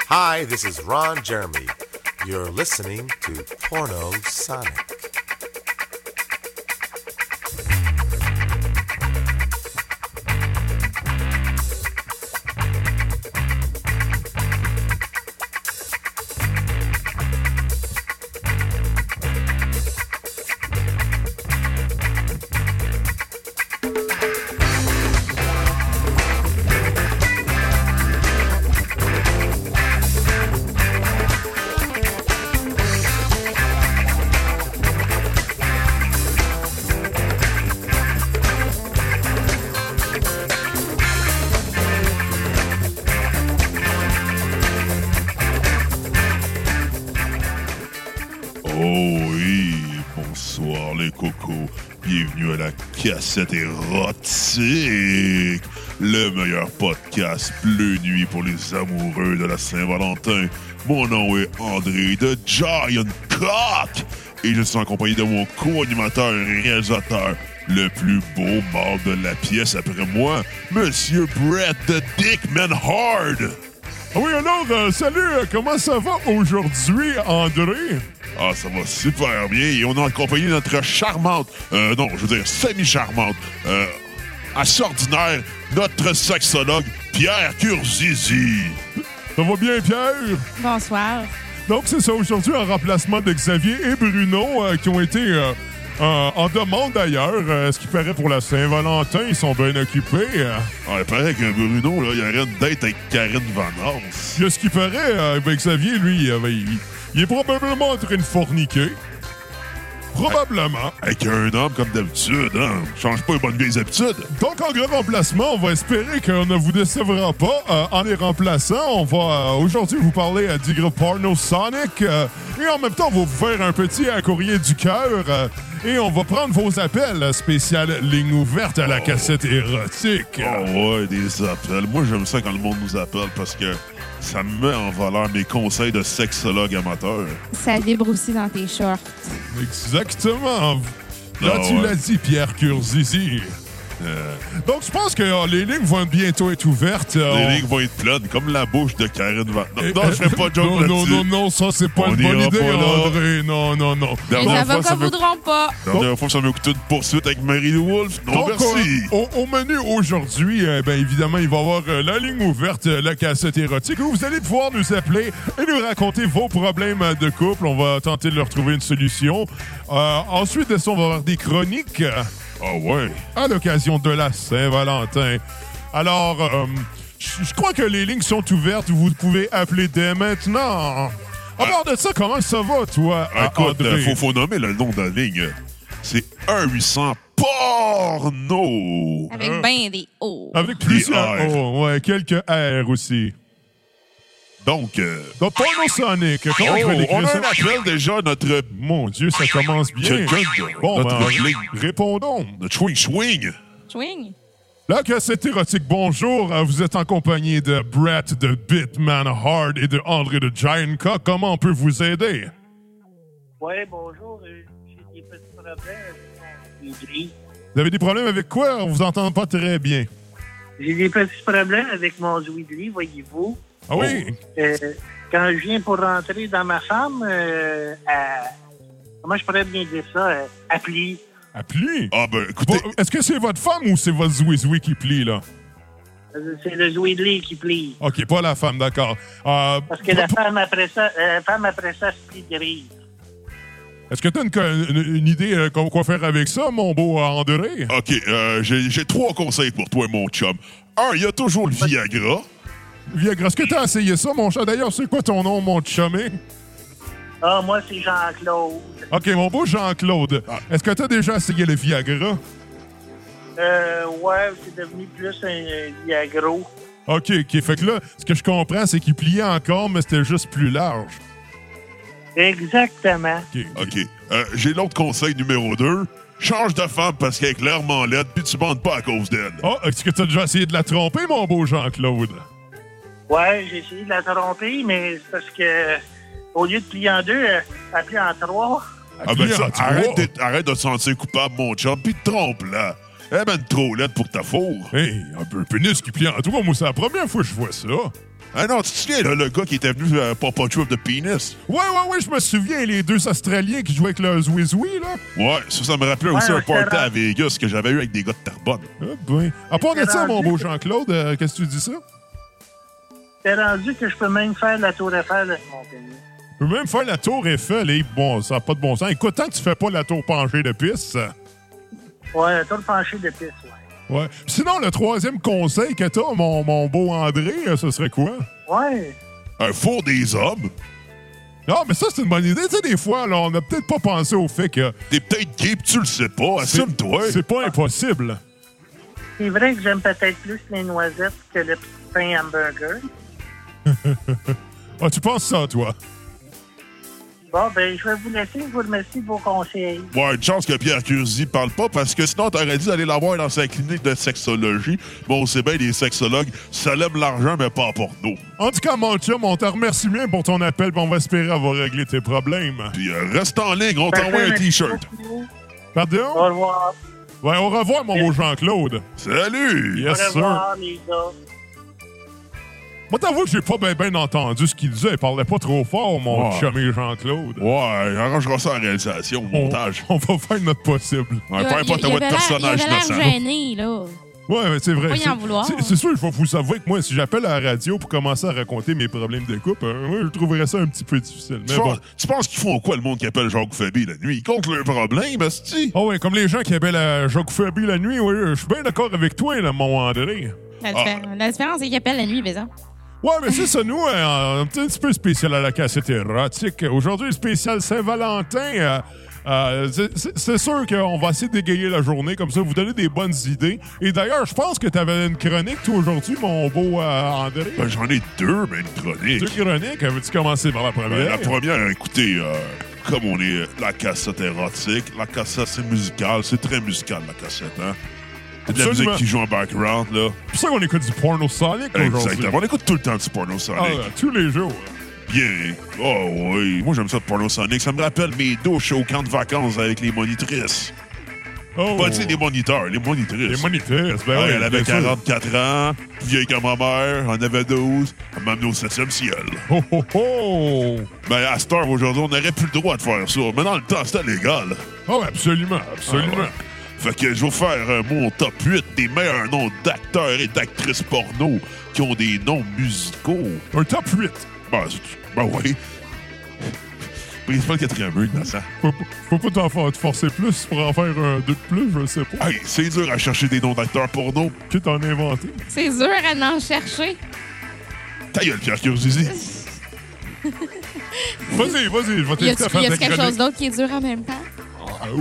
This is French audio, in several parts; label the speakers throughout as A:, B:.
A: Hi, this is Ron Jeremy. You're listening to Porno Sonic.
B: Oh oui, bonsoir les cocos. Bienvenue à la cassette érotique, le meilleur podcast bleu nuit pour les amoureux de la Saint-Valentin. Mon nom est André de Giant Cock et je suis en compagnie de mon co-animateur et réalisateur, le plus beau mort de la pièce après moi, Monsieur Brett de Dickman Hard.
C: Ah Oui, alors, euh, salut, euh, comment ça va aujourd'hui, André?
B: Ah, ça va super bien. Et on a accompagné notre charmante, euh, non, je veux dire semi-charmante, euh, assez ordinaire, notre sexologue, Pierre Curzizi.
C: Ça va bien, Pierre?
D: Bonsoir.
C: Donc, c'est ça, aujourd'hui, en remplacement de Xavier et Bruno, euh, qui ont été euh, en- en demande d'ailleurs. Euh, ce qui paraît pour la Saint-Valentin, ils sont bien occupés. euh.
B: Ah, il paraît que Bruno, là, il aurait une date avec Karine Vanance.
C: Il y a ce qui paraît, euh, ben, Xavier, lui, euh, ben, il, il est probablement en train de forniquer. Probablement.
B: Avec un homme comme d'habitude, hein. Change pas les bonnes vieilles habitudes.
C: Donc, en grand remplacement, on va espérer qu'on ne vous décevra pas. Euh, en les remplaçant, on va euh, aujourd'hui vous parler euh, du groupe Porno Sonic. euh, et en même temps, on va vous faire un petit euh, courrier du cœur. euh, et on va prendre vos appels euh, spécial ligne ouverte à la cassette érotique.
B: Oh ouais, des appels. Moi, j'aime ça quand le monde nous appelle parce que ça me met en valeur mes conseils de sexologue amateur.
D: Ça vibre aussi dans tes shorts.
C: Exactement. Là,
B: Ah
C: tu
B: ouais.
C: l'as dit, Pierre Curzizi.
B: Euh,
C: Donc, je pense que euh, les lignes vont bientôt être ouvertes. euh, on-
B: Les lignes vont être pleines, comme la bouche de Karine Van. Non, non, je fais pas de joke
C: Non, non,
B: là-dessus.
C: non, non, ça, c'est pas
B: On
C: une bonne
B: ira
C: idée,
B: pas là.
C: André. Non, non, non.
D: Les
B: Dernière fois,
D: avocats
B: ça me-
D: voudront pas.
B: La dernière fois, ça m'a coûté une poursuite avec Mary Lou Wolfe. Non,
C: Donc,
B: merci.
C: euh, Au, au menu aujourd'hui, euh, ben évidemment, il va y avoir euh, la ligne ouverte, euh, la cassette érotique, où vous allez pouvoir nous appeler et nous raconter vos problèmes euh, de couple. On va tenter de leur trouver une solution. Euh, ensuite de ça, on va avoir des chroniques euh,
B: Ah ouais.
C: à l'occasion de la Saint-Valentin. Alors, euh, je je crois que les lignes sont ouvertes. Vous pouvez appeler dès maintenant. À part de ça, comment ça va, toi,
B: Ah, Écoute,
C: André?
B: euh, faut, faut nommer le nom de la ligne. C'est 1-800 Porno.
D: Avec
C: Euh.
D: ben des hauts.
B: Hein?
C: Avec plusieurs...
B: Des R.
C: Oh, ouais, quelques R aussi.
B: Donc, euh,
C: Donc, Porno Sonic,
B: oh,
C: comment Oh, on peut décrire
B: on a
C: ça?
B: un appel déjà, notre,
C: Mon Dieu, ça commence bien.
B: Quelqu'un de-
C: Bon,
B: notre
C: ben,
B: collègue.
C: répondons.
B: notre swing swing.
D: Swing.
C: La cassette érotique, bonjour. Euh, Vous êtes en compagnie de Brett de Bitman Hard et de André de Giant Cock. Comment on peut vous aider?
E: Oui, bonjour. euh, J'ai des petits problèmes avec mon gris.
C: Vous avez des problèmes avec quoi? On vous entend pas très bien.
E: J'ai des petits problèmes avec mon Zouidli, voyez-vous.
C: Ah oui?
B: Oh.
E: Euh, quand je viens pour rentrer dans ma femme, euh, elle- comment je pourrais bien dire ça? euh, Elle plie.
C: Elle plie.
B: Ah ben,
C: Bon,
B: écoutez,
C: Est-ce que c'est votre femme ou c'est votre zoui zoui qui plie, là?
E: Euh, C'est le Zouidli qui plie.
C: OK, pas la femme, d'accord. Euh,
E: Parce que la
C: pour-
E: femme après ça, euh, la femme après ça se plie grise.
C: Est-ce que tu as une, une- une idée euh, quoi faire avec ça, mon beau euh, André?
B: OK, euh, j'ai j'ai trois conseils pour toi, mon chum. Un, il y a toujours le Viagra.
C: Viagra, est-ce que t'as essayé ça, mon chat? D'ailleurs, c'est quoi ton nom, mon chumé?
E: Ah, moi, c'est Jean-Claude.
C: OK, mon beau Jean-Claude,
B: Ah.
C: est-ce que t'as déjà essayé le Viagra?
E: Euh, ouais, c'est devenu plus un euh, Viagro.
C: OK, OK. Fait que là, ce que je comprends, c'est qu'il pliait encore, mais c'était juste plus large.
E: Exactement.
C: OK. OK.
B: OK. Euh, j'ai l'autre conseil numéro 2. Change de femme parce qu'elle est clairement laide, puis tu bandes pas à cause d'elle.
C: Ah, est-ce que t'as déjà essayé de la tromper, mon beau Jean-Claude?
E: Ouais, j'ai essayé de la tromper, mais c'est parce que au lieu de plier en deux, euh, elle plie en trois.
B: Ah ben
C: Plier
B: ça,
C: en trois.
B: arrête, de, arrête de te sentir coupable, mon chum, puis te trompe, là. Eh ben, trop laide pour ta four.
C: Hey, un peu pénis qui plie en trois. Moi, c'est la première fois que je vois ça.
B: Ah non, tu te souviens, là, le gars qui était venu à Papa Trip de Penis?
C: Ouais, ouais, ouais, je me souviens, les deux Australiens qui jouaient avec le Zwizoui, là.
B: Ouais, ça, ça me rappelait aussi
E: Ouais,
B: un party
E: c'était
B: à Vegas que j'avais eu avec des gars de Tarbonne.
C: Ah ben. À part de ça, mon
E: rendu-
C: beau Jean-Claude, euh, qu'est-ce que tu dis ça?
E: T'es rendu que je peux même faire la tour Eiffel avec mon pénis.
C: Je peux même faire la tour Eiffel, et bon, ça n'a pas de bon sens. Écoute, tant que tu fais pas la tour penchée de piste, euh,
E: Ouais, la tour penchée de piste, ouais.
C: ouais. Sinon, le troisième conseil que t'as, mon, mon beau André, euh, ce serait quoi?
E: Ouais.
B: Un four des hommes?
C: Non, mais ça, c'est une bonne idée. Tu sais, des fois, là, on n'a peut-être pas pensé au fait que
B: T'es peut-être gay pis tu le sais pas,
C: Ah, c'est Ah.
B: assume-toi.
C: c'est pas impossible.
E: C'est vrai que j'aime peut-être plus les noisettes que le petit pain hamburger.
C: Ah, tu penses ça, toi?
E: Bon, ben, je vais vous laisser. Je vous remercie de vos conseils.
B: Ouais, une chance que Pierre Curzi parle pas, parce que sinon, t'aurais dit d'aller la voir dans sa clinique de sexologie. Bon, c'est bien, les sexologues, ça lève l'argent, mais pas pour nous.
C: En tout cas, mon chum, on te remercie bien pour ton appel, puis on va espérer avoir réglé tes problèmes.
B: Puis euh, reste en ligne, on t'envoie
E: Parfait,
B: un
E: Ben, merci
B: T-shirt.
E: beaucoup. Au
C: Pardon?
E: revoir.
C: Ouais, au revoir, mon beau Jean-Claude.
B: Salut!
C: Yes,
E: au
C: sir.
E: revoir, les gars.
C: Moi, t'avoue que j'ai pas bien entendu ce qu'il disait. Il parlait pas trop fort, mon
B: Ouais.
C: chum et Jean-Claude.
B: Ouais, arrangera ça en réalisation, au
C: On,
B: montage.
C: on va faire notre possible.
B: Ouais,
D: Là,
B: peu
D: il-
B: importe
D: il
B: votre
D: avait l'air-
B: personnage
D: Il avait
B: innocent.
D: l'air gêné, là.
C: Ouais, mais c'est vrai.
D: Faut y en
C: c'est-
D: vouloir.
C: c'est- C'est sûr, je vais vous avouer que moi, si j'appelle à la radio pour commencer à raconter mes problèmes de couple, euh, moi, je trouverais ça un petit peu difficile.
B: Tu,
C: Mais bon.
B: penses- tu penses qu'ils font quoi, le monde qui appelle Jacques Fabi la nuit? Ils comptent leurs problèmes, esti?
C: Ah ouais, comme les gens qui appellent à Jacques Fabi la nuit, ouais, je suis bien d'accord avec toi, là, mon André.
B: Ah.
D: La, différence- la différence, c'est qu'il appelle la nuit, mais ça.
C: Ouais, mais c'est ça, nous, euh, un petit peu spécial à la cassette érotique. Aujourd'hui, spécial Saint-Valentin. euh, euh, c'est- c'est c'est sûr qu'on va essayer de dégayer la journée, comme ça, vous donner des bonnes idées. Et d'ailleurs, je pense que tu avais une chronique, toi, aujourd'hui, mon beau euh, André.
B: Ben, j'en ai deux, mais une chronique.
C: Deux chroniques, veux-tu commencer par la
B: Ben,
C: première?
B: la première, écoutez, euh, comme on est euh, la cassette érotique, la cassette, c'est musical, c'est très musical, la cassette, hein? C'est de la
C: Absolument.
B: musique qui joue en background, là.
C: C'est pour ça qu'on écoute du porno Sonic aujourd'hui.
B: Exactement. On écoute tout le temps du porno
C: Ah,
B: sonic.
C: tous les jours.
B: Bien. Oh, oui. Moi, j'aime ça, le porno sonic. Ça me rappelle mes douches au camp de vacances avec les monitrices.
C: Oh.
B: Pas, Bah, tu sais, les moniteurs, les monitrices.
C: Les moniteurs, ben
B: Ah,
C: oui,
B: elle avait
C: bien sûr.
B: 44 ans, plus vieille que ma mère, en avait 12, elle m'a amené au 7e ciel.
C: Oh, oh, oh.
B: Ben, à cette heure, aujourd'hui, on n'aurait plus le droit de faire ça. Mais dans le temps, c'était légal.
C: Oh, absolument, absolument.
B: Ah ouais. Fait que je vais vous faire euh, mon top 8 des meilleurs noms d'acteurs et d'actrices porno qui ont des noms musicaux.
C: Un top 8.
B: Ben, c'est- ben oui. Principal quatrième but, innocent.
C: Faut, pas- faut pas t'en fa- te forcer plus pour en faire un deux de plus, je sais pas.
B: Hey, c'est dur à chercher des noms d'acteurs porno.
C: Que t'en as inventé.
D: C'est dur à en chercher.
B: Ta gueule, Pierre Curzizi.
C: Vas-y, vas-y, je vais
D: Y a
C: t'inviter à faire ta
D: quelque chose
C: chronique.
D: d'autre qui est dur en même temps?
C: Oh.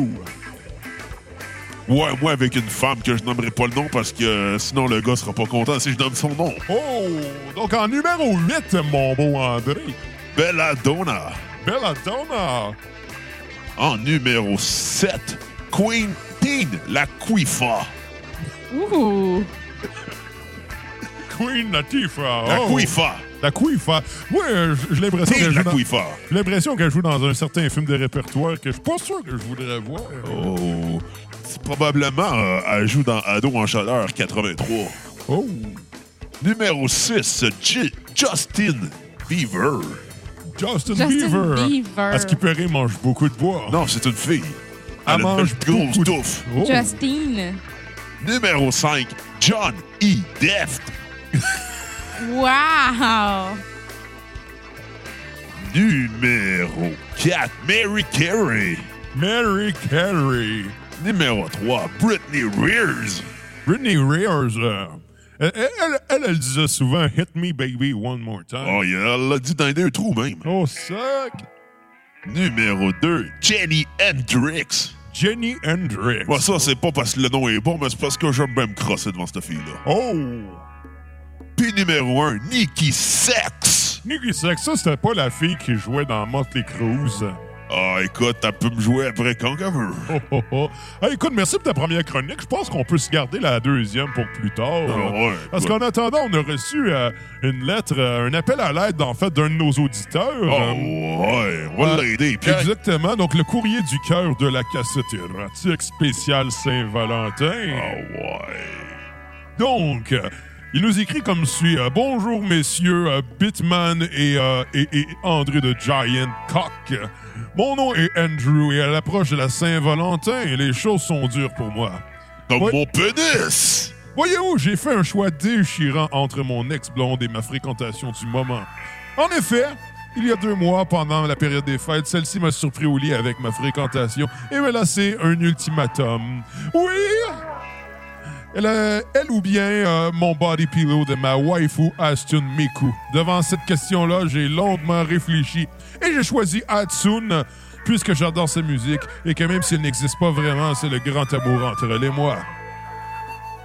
B: Ouais, moi, avec une femme que je nommerai pas le nom parce que euh, sinon le gars sera pas content si je nomme son nom.
C: Oh, donc en numéro 8, mon beau André.
B: Belladonna.
C: Belladonna.
B: En numéro 7, Queen Teen, la Quifa.
D: Ouh!
C: Queen Latifah.
B: La
C: oh.
B: Quifa.
C: La Quifa. Oui, euh, j'ai l'impression
B: Teen,
C: qu'elle
B: la
C: joue, dans-
B: Quifa.
C: j'ai l'impression qu'elle joue dans un certain film de répertoire que je suis pas sûr que je voudrais voir.
B: Oh. C'est Probablement, euh, elle joue dans Ado en chaleur 83.
C: Oh.
B: Numéro 6, Ji- Justin Bieber.
C: Justin,
D: Justin
C: Bieber.
D: Bieber.
C: À ce qu'il paraît, mange beaucoup de bois.
B: Non, c'est une fille.
C: Elle
B: a une
C: mange
B: grosse
C: beaucoup de-
B: touffe.
C: Oh.
D: Justine.
B: Numéro 5, John E. Deft.
D: Wow!
B: Numéro 4, Mary Carey.
C: Mary Carey.
B: Numéro 3, Britney Rears.
C: Britney Rears. euh, elle, elle, elle, elle disait souvent Hit me baby one more time.
B: Oh, yeah, elle l'a dit dans les deux trous même.
C: Ah. Oh, sac!
B: Numéro 2, Jenny Hendrix.
C: Jenny Hendrix.
B: Moi, ça, c'est pas parce que le nom est bon, mais c'est parce que j'aime bien me crosser devant cette fille-là.
C: Oh!
B: Puis numéro 1, Nikki Sex.
C: Nicky Sex, ça, c'était pas la fille qui jouait dans Motley Cruz.
B: Ah, écoute, elle peut me jouer après quand qu'elle veut.
C: Oh, oh, oh. Hey, écoute, merci pour ta première chronique. Je pense qu'on peut se garder la deuxième pour plus tard.
B: Ah, ouais.
C: Parce qu'en attendant, on a reçu euh, une lettre, euh, un appel à l'aide, en fait, d'un de nos auditeurs.
B: Oh,
C: Euh,
B: ouais, on va
C: euh,
B: l'aider. Puis
C: Exactement. Donc, le courrier du cœur de la cassette érotique spéciale Saint-Valentin.
B: Ah, ouais.
C: Donc, euh, Il nous écrit comme suit. euh, Bonjour, messieurs euh, Bitman et, euh, et, et André de Giant Cock. Mon nom est Andrew et à l'approche de la Saint-Valentin, les choses sont dures pour moi.
B: Comme
C: Ouais.
B: mon pénis!
C: Voyez-vous, j'ai fait un choix déchirant entre mon ex-blonde et ma fréquentation du moment. En effet, il y a deux mois, pendant la période des fêtes, celle-ci m'a surpris au lit avec ma fréquentation et m'a lancé un ultimatum. Oui! Elle, euh, elle ou bien euh, mon body pillow de ma waifu Astun Miku. Devant cette question-là, j'ai longuement réfléchi et j'ai choisi Atsun puisque j'adore sa musique et que même s'il n'existe pas vraiment, c'est le grand amour entre elle et moi.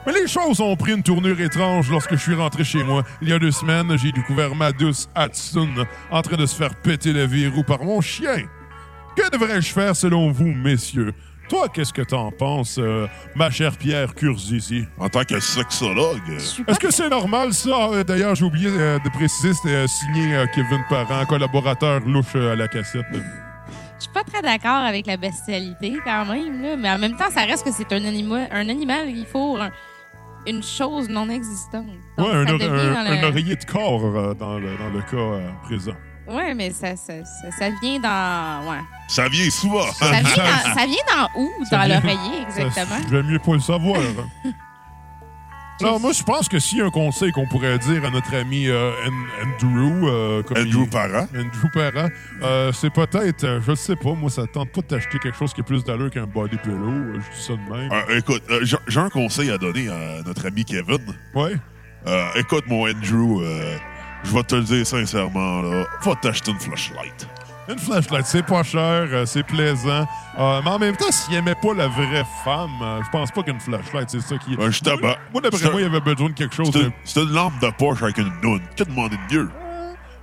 C: Mais les choses ont pris une tournure étrange lorsque je suis rentré chez moi. Il y a deux semaines, j'ai découvert ma douce Hatsun en train de se faire péter le verrou par mon chien. Que devrais-je faire selon vous, messieurs? Toi, qu'est-ce que t'en penses, euh, ma chère Pierre Curzizi?
B: En tant que sexologue,
D: Je suis pas
C: Est-ce que c'est normal, ça? Euh, D'ailleurs, j'ai oublié euh, de préciser, c'était euh, signé euh, Kevin Parent, collaborateur louche euh, à la cassette.
D: Je suis pas très d'accord avec la bestialité quand même, là, mais en même temps, ça reste que c'est un animal, un animal il faut un- une chose non existante. Donc,
C: ouais, un,
D: ça
C: or-
D: devient
C: un-
D: dans le-
C: un oreiller de corps euh, dans, le, dans le cas euh, présent.
D: Ouais, mais ça, ça, ça, ça vient dans. Ouais.
B: ça vient souvent.
D: Ça vient
C: ça-
D: dans, ça vient dans où?
C: ça
D: Dans
C: vient-
D: l'oreiller, exactement.
C: Ça, Je vais mieux pas le savoir. hein. Alors, moi, je pense que s'il y a un conseil qu'on pourrait dire à notre ami euh, An- Andrew, euh, comme
B: Andrew
C: il-
B: Parent.
C: Andrew Parent, euh, c'est peut-être, euh, je le sais pas, moi, ça te tente pas de t'acheter quelque chose qui est plus d'allure qu'un body pillow. euh, je dis ça de même.
B: Euh, écoute, euh, j'ai- j'ai un conseil à donner à notre ami Kevin.
C: Ouais.
B: Euh, écoute, mon Andrew, euh, je vais te le dire sincèrement, là, va t'acheter une flashlight.
C: Une flashlight, c'est pas cher, euh, c'est plaisant. Euh, mais en même temps, s'il aimait pas la vraie femme, euh, je pense pas qu'une flashlight, c'est ça qui est.
B: Ben, je tabac.
C: Moi, d'après moi, il avait besoin de quelque chose
B: C'est
C: de
B: une- c'est une lampe de poche avec une noune. Qu'as demandé de mieux?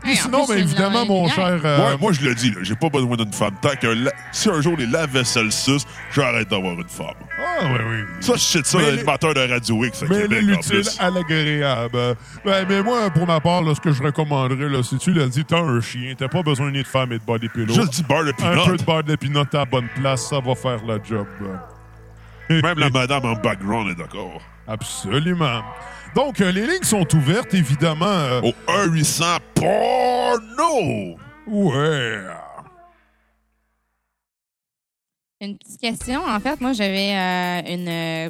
D: Ouais, en plus,
C: Sinon, ben,
D: c'est une
C: évidemment, mon
D: lumière.
C: cher. euh,
B: Ouais, moi, je le dis, là, j'ai pas besoin d'une femme. Tant que la- si un jour les lave-vaisselle sus, j'arrête d'avoir une femme.
C: Ah, ouais, oui.
B: Ça, je sais ça,
C: Mais
B: l'animateur de Radio X à
C: Mais
B: Québec, en
C: l'utile
B: plus.
C: à l'agréable. Ben, mais moi, pour ma part, là, ce que je recommanderais, là, si tu l'as dit, t'as un chien, t'as pas besoin ni de femme et de body pillow.
B: Juste du beurre de
C: un peu
B: pinot.
C: de beurre de pinot à la bonne place, ça va faire la job. là.
B: Même la madame en background est d'accord.
C: Absolument. Donc, euh, les lignes sont ouvertes, évidemment. euh,
B: Au 1-800 porno!
C: Ouais.
D: Une petite question. En fait, moi, j'avais euh, une euh,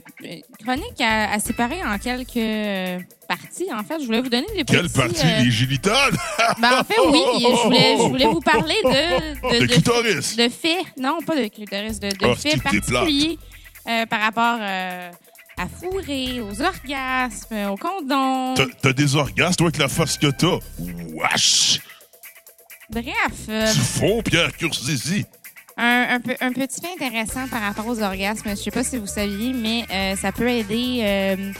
D: chronique à, à séparer en quelques euh, parties. En fait, je voulais vous donner des
B: Quelle
D: petits,
B: partie?
D: euh,
B: Les génitales?
D: ben, en fait, oui. Je voulais, je voulais vous parler de...
B: De clitoris!
D: de faits, non, pas de clitoris, de, de
B: Ah, c'est
D: faits
B: que t'es plate.
D: particuliers euh, par rapport euh, à fourrer, aux orgasmes, aux condoms.
B: T'as- T'as des orgasmes, toi, avec la face que t'as. Wesh!
D: Bref, euh,
B: Tu fonds, Pierre Curzizi.
D: un, un, peu- un petit fait intéressant par rapport aux orgasmes. Je sais pas si vous saviez, mais euh, ça peut aider euh,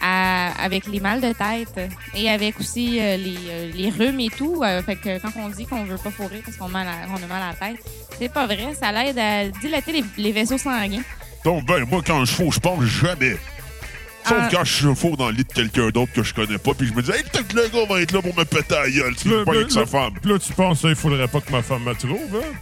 D: à- avec les mal de tête et avec aussi euh, les, euh, les rhumes et tout. Euh, fait que quand on dit qu'on veut pas fourrer parce qu'on a mal à- qu'on a mal à la tête, c'est pas vrai. Ça l'aide à dilater les, les vaisseaux sanguins.
B: Donc, ben, moi, quand je fous, je pense jamais. Sauf
C: Euh.
D: Ah.
B: quand je fous dans le lit de quelqu'un d'autre que je connais pas, puis je me dis, hey, peut-être que le gars va être là pour me péter à gueule. Tu veux
C: Le-
B: pas
C: le-
B: avec sa
C: le-
B: femme.
C: Là, tu penses qu'il faudrait pas que ma femme me trouve, hein?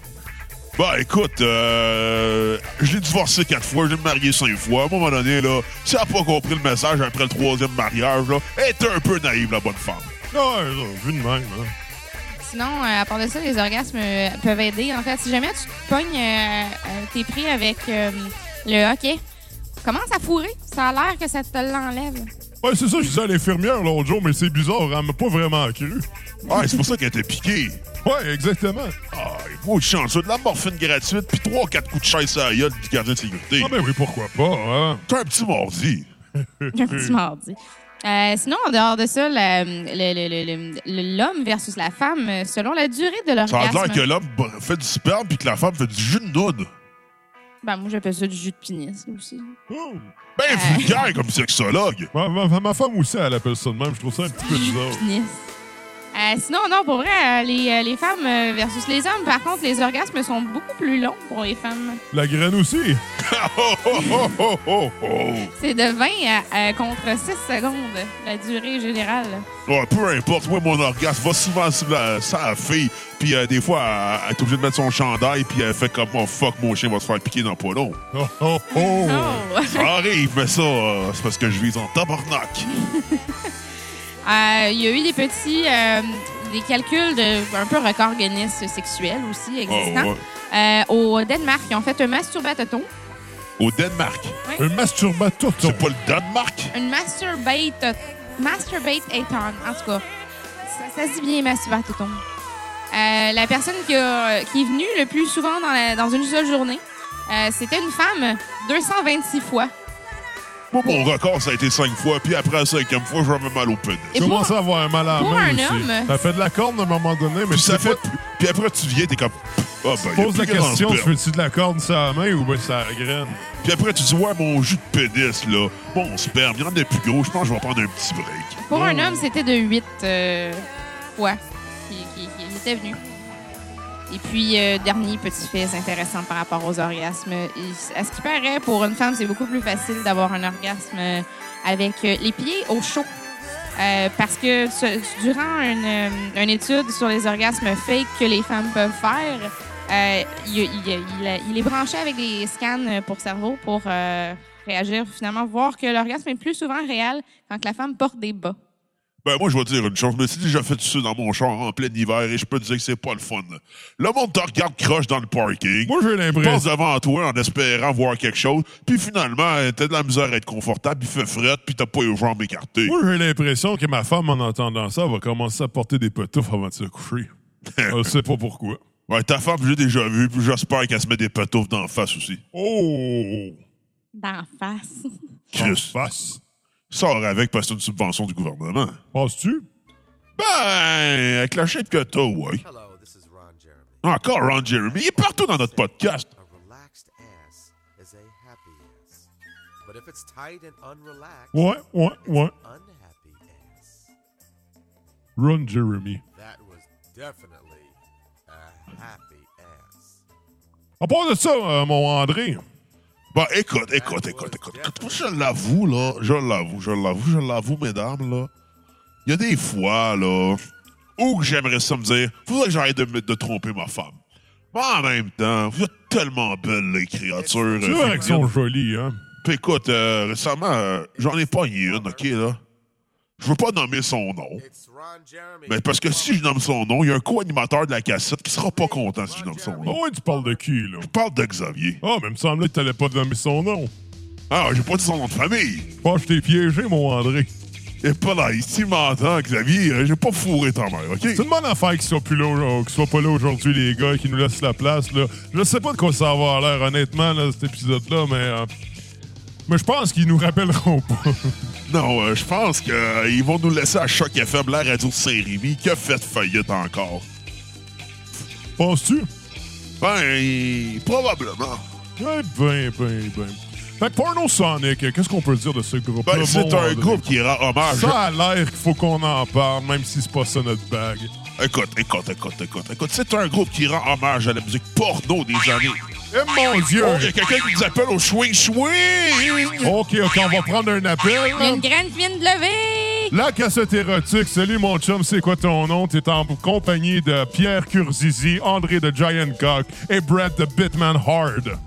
B: Bah, écoute, euh, je l'ai divorcé quatre fois, je l'ai marié cinq fois. À un moment donné, là, si elle n'a pas compris le message après le troisième mariage, là, elle était un peu naïve, la bonne femme.
C: Ah, ouais, là, vu de même, hein.
D: Sinon, euh, à part de ça, les orgasmes euh, peuvent aider. En fait, si jamais tu te pognes, euh, euh, t'es pris avec euh, le hockey, commence à fourrer. Ça a l'air que ça te l'enlève.
C: Ouais, c'est ça, je disais à l'infirmière l'autre jour, mais c'est bizarre, elle m'a pas vraiment cru.
B: Ah, c'est pour ça qu'elle était piquée.
C: Ouais, exactement.
B: Ah, moi, je suis chanceux. De la morphine gratuite, puis trois, quatre coups de chaise à la gueule du gardien de sécurité.
C: Ah, ben oui, pourquoi pas, hein?
B: T'as un petit mordi.
D: Un petit
B: Hmm.
D: mardi. Euh, sinon, en dehors de ça, la- le- le- le- le- le- l'homme versus la femme, euh, selon la durée de
B: Ça a
D: l'orgasme.
B: l'air que l'homme bah, fait du sperme puis que la femme fait du jus de noun.
D: Ben, moi, j'appelle ça du jus de pénis aussi.
C: Oh.
B: Ben
D: Euh.
B: vulgaire comme sexologue.
C: Ma, ma- ma femme aussi, elle appelle ça de même. Je trouve ça un petit peu bizarre.
D: Pénis. Euh, sinon, non, pour vrai, euh, les, euh, les femmes euh, versus les hommes, par contre, les orgasmes sont beaucoup plus longs pour les femmes.
C: La graine aussi.
B: oh, oh, oh, oh, oh, oh.
D: C'est de 20 à- à- contre 6 secondes, la durée générale.
B: Ouais, peu importe, moi, mon orgasme va souvent sur la, sur la fille, puis euh, des fois, elle, elle est obligée de mettre son chandail, puis elle fait comme, oh fuck, mon chien va se faire piquer dans pas long.
C: Oh, oh, oh.
D: Oh!
B: Ah, Ça arrive, mais ça, euh, c'est parce que je vis en tabarnak.
D: Euh, il y a eu des petits euh, des calculs de un peu record Guinness sexuel aussi
B: Ah,
D: existants.
B: ouais.
D: Euh, au Danemark, ils ont fait un masturbatoton,
B: Au Danemark.
C: Un masturbatoton.
B: C'est pas le Danemark?
D: une masturbate masturbate aton, en tout cas. Ça, ça se dit bien masturbatoton. Euh, la personne qui, a- qui est venue le plus souvent dans, la- dans une seule journée, euh, c'était une femme 226 fois.
B: Moi, mon record, ça a été cinq fois, puis après la cinquième fois, j'avais mal au pénis.
D: Et
C: Je
D: pour,
C: commence à avoir un mal à la
D: pour
C: main
D: un
C: aussi.
D: homme-
C: Ça fait de la corne à un moment donné, mais
B: Puis,
C: tu
B: ça fait...
C: sais pas-
B: puis après, tu viens, t'es comme. Ah, ben, y a
C: pose la
B: plus grand
C: question, tu
B: sperme.
C: veux-tu de la corne sur la main ou ben ça graine?
B: Puis après, tu dis, ouais, mon jus de pénis, là, mon sperme, il y en a plus gros, je pense que je vais prendre un petit break.
D: pour un homme, c'était de 8 fois qu'il qui, qui était venu. Et puis, euh, dernier petit fait intéressant par rapport aux orgasmes. Il- à ce qui paraît, pour une femme, c'est beaucoup plus facile d'avoir un orgasme euh, avec euh, les pieds au chaud. Euh, parce que ce- durant une, euh, une étude sur les orgasmes fake que les femmes peuvent faire, euh, il, il- il a- il est branché avec des scans pour cerveau pour euh, réagir, finalement, voir que l'orgasme est plus souvent réel quand que la femme porte des bas.
B: Ben, moi, je vais te dire une chose, je me suis déjà fait ça dans mon char en plein hiver et je peux te dire que c'est pas le fun. Le monde te regarde croche dans le parking.
C: Moi, j'ai l'impression.
B: passe devant toi en espérant voir quelque chose, puis finalement, euh, t'as de la misère à être confortable, puis fait fret, puis t'as pas les jambes écartées.
C: Moi, j'ai l'impression que ma femme, en entendant ça, va commencer à porter des petoufs avant de se coucher. Je sais pas pourquoi.
B: Ouais, ta femme, je l'ai déjà vue, puis j'espère qu'elle se met des patoufles d'en face aussi.
C: Oh!
D: D'en face.
B: Chris,
C: Face.
B: sors avec parce que c'est une subvention du gouvernement.
C: Penses-tu?
B: Ben, avec la chaîne que t'as, ouais.
A: Hello, this is Ron Jeremy.
B: Encore Ron Jeremy, il est partout dans notre podcast.
A: A relaxed ass is a happy ass. But if it's tight and unrelaxed,
C: Ouais, ouais, ouais.
A: unhappy ass.
C: Run, Jeremy.
A: That was definitely a happy ass.
C: À part de ça, euh, mon André,
B: Ben, écoute, écoute, écoute, écoute, écoute. Moi, je l'avoue, là, je l'avoue, je l'avoue, je l'avoue, mesdames, là. Il y a des fois, là, où que j'aimerais ça me dire, faudrait que j'arrête de, me- de tromper ma femme. Mais en même temps, vous êtes tellement belles, les créatures. euh,
C: tu vois qu'elles
B: féminines.
C: sont jolies, hein?
B: Puis écoute, euh, récemment, euh, j'en ai pas une, OK, là. Je veux pas nommer son nom.
A: It's Ron Jeremy.
B: Mais parce que si je nomme son nom, il y a un co-animateur de la cassette qui sera pas content si je nomme son
C: Ah
B: nom.
C: ouais, tu parles de qui, là?
B: Je parle de Xavier.
C: Ah, mais il me semblait que t'allais pas donner son nom.
B: Ah, j'ai pas dit son nom de famille.
C: Je pense que je t'ai piégé, mon André.
B: Et pas là, ici m'entend, Xavier, euh, j'ai pas fourré ta mère, OK?
C: C'est une bonne affaire qu'ils soient, plus là, euh, qu'ils soient pas là aujourd'hui, les gars, qui nous laissent la place. Là. Je sais pas de quoi ça va avoir l'air, honnêtement, là, cet épisode-là, mais, euh, mais je pense qu'ils nous rappelleront pas.
B: Non, euh, je pense qu'ils vont nous laisser à Choc FM, la radio de Saint-Rémy, qui a fait faillite encore.
C: Penses-tu?
B: Ben, euh, probablement.
C: Eh ben, ben, ben. Fait que Porno Sonic, euh, qu'est-ce qu'on peut dire de ce groupe-là?
B: Ben, c'est
C: mon
B: un
C: André?
B: groupe qui rend hommage.
C: Ça a l'air qu'il faut qu'on en parle, même si c'est pas ça notre bague.
B: Écoute, écoute, écoute, écoute, écoute. C'est un groupe qui rend hommage à la musique porno des années.
C: Eh mon Dieu!
B: Oh, il y a quelqu'un qui nous appelle au chouing chouing!
C: OK, OK, on va prendre un appel.
D: Il y a une graine qui vient de lever!
C: La cassette érotique, salut mon chum, c'est quoi ton nom? T'es en compagnie de Pierre Curzizi, André de Giant Cock et Brad de Bitman Hard.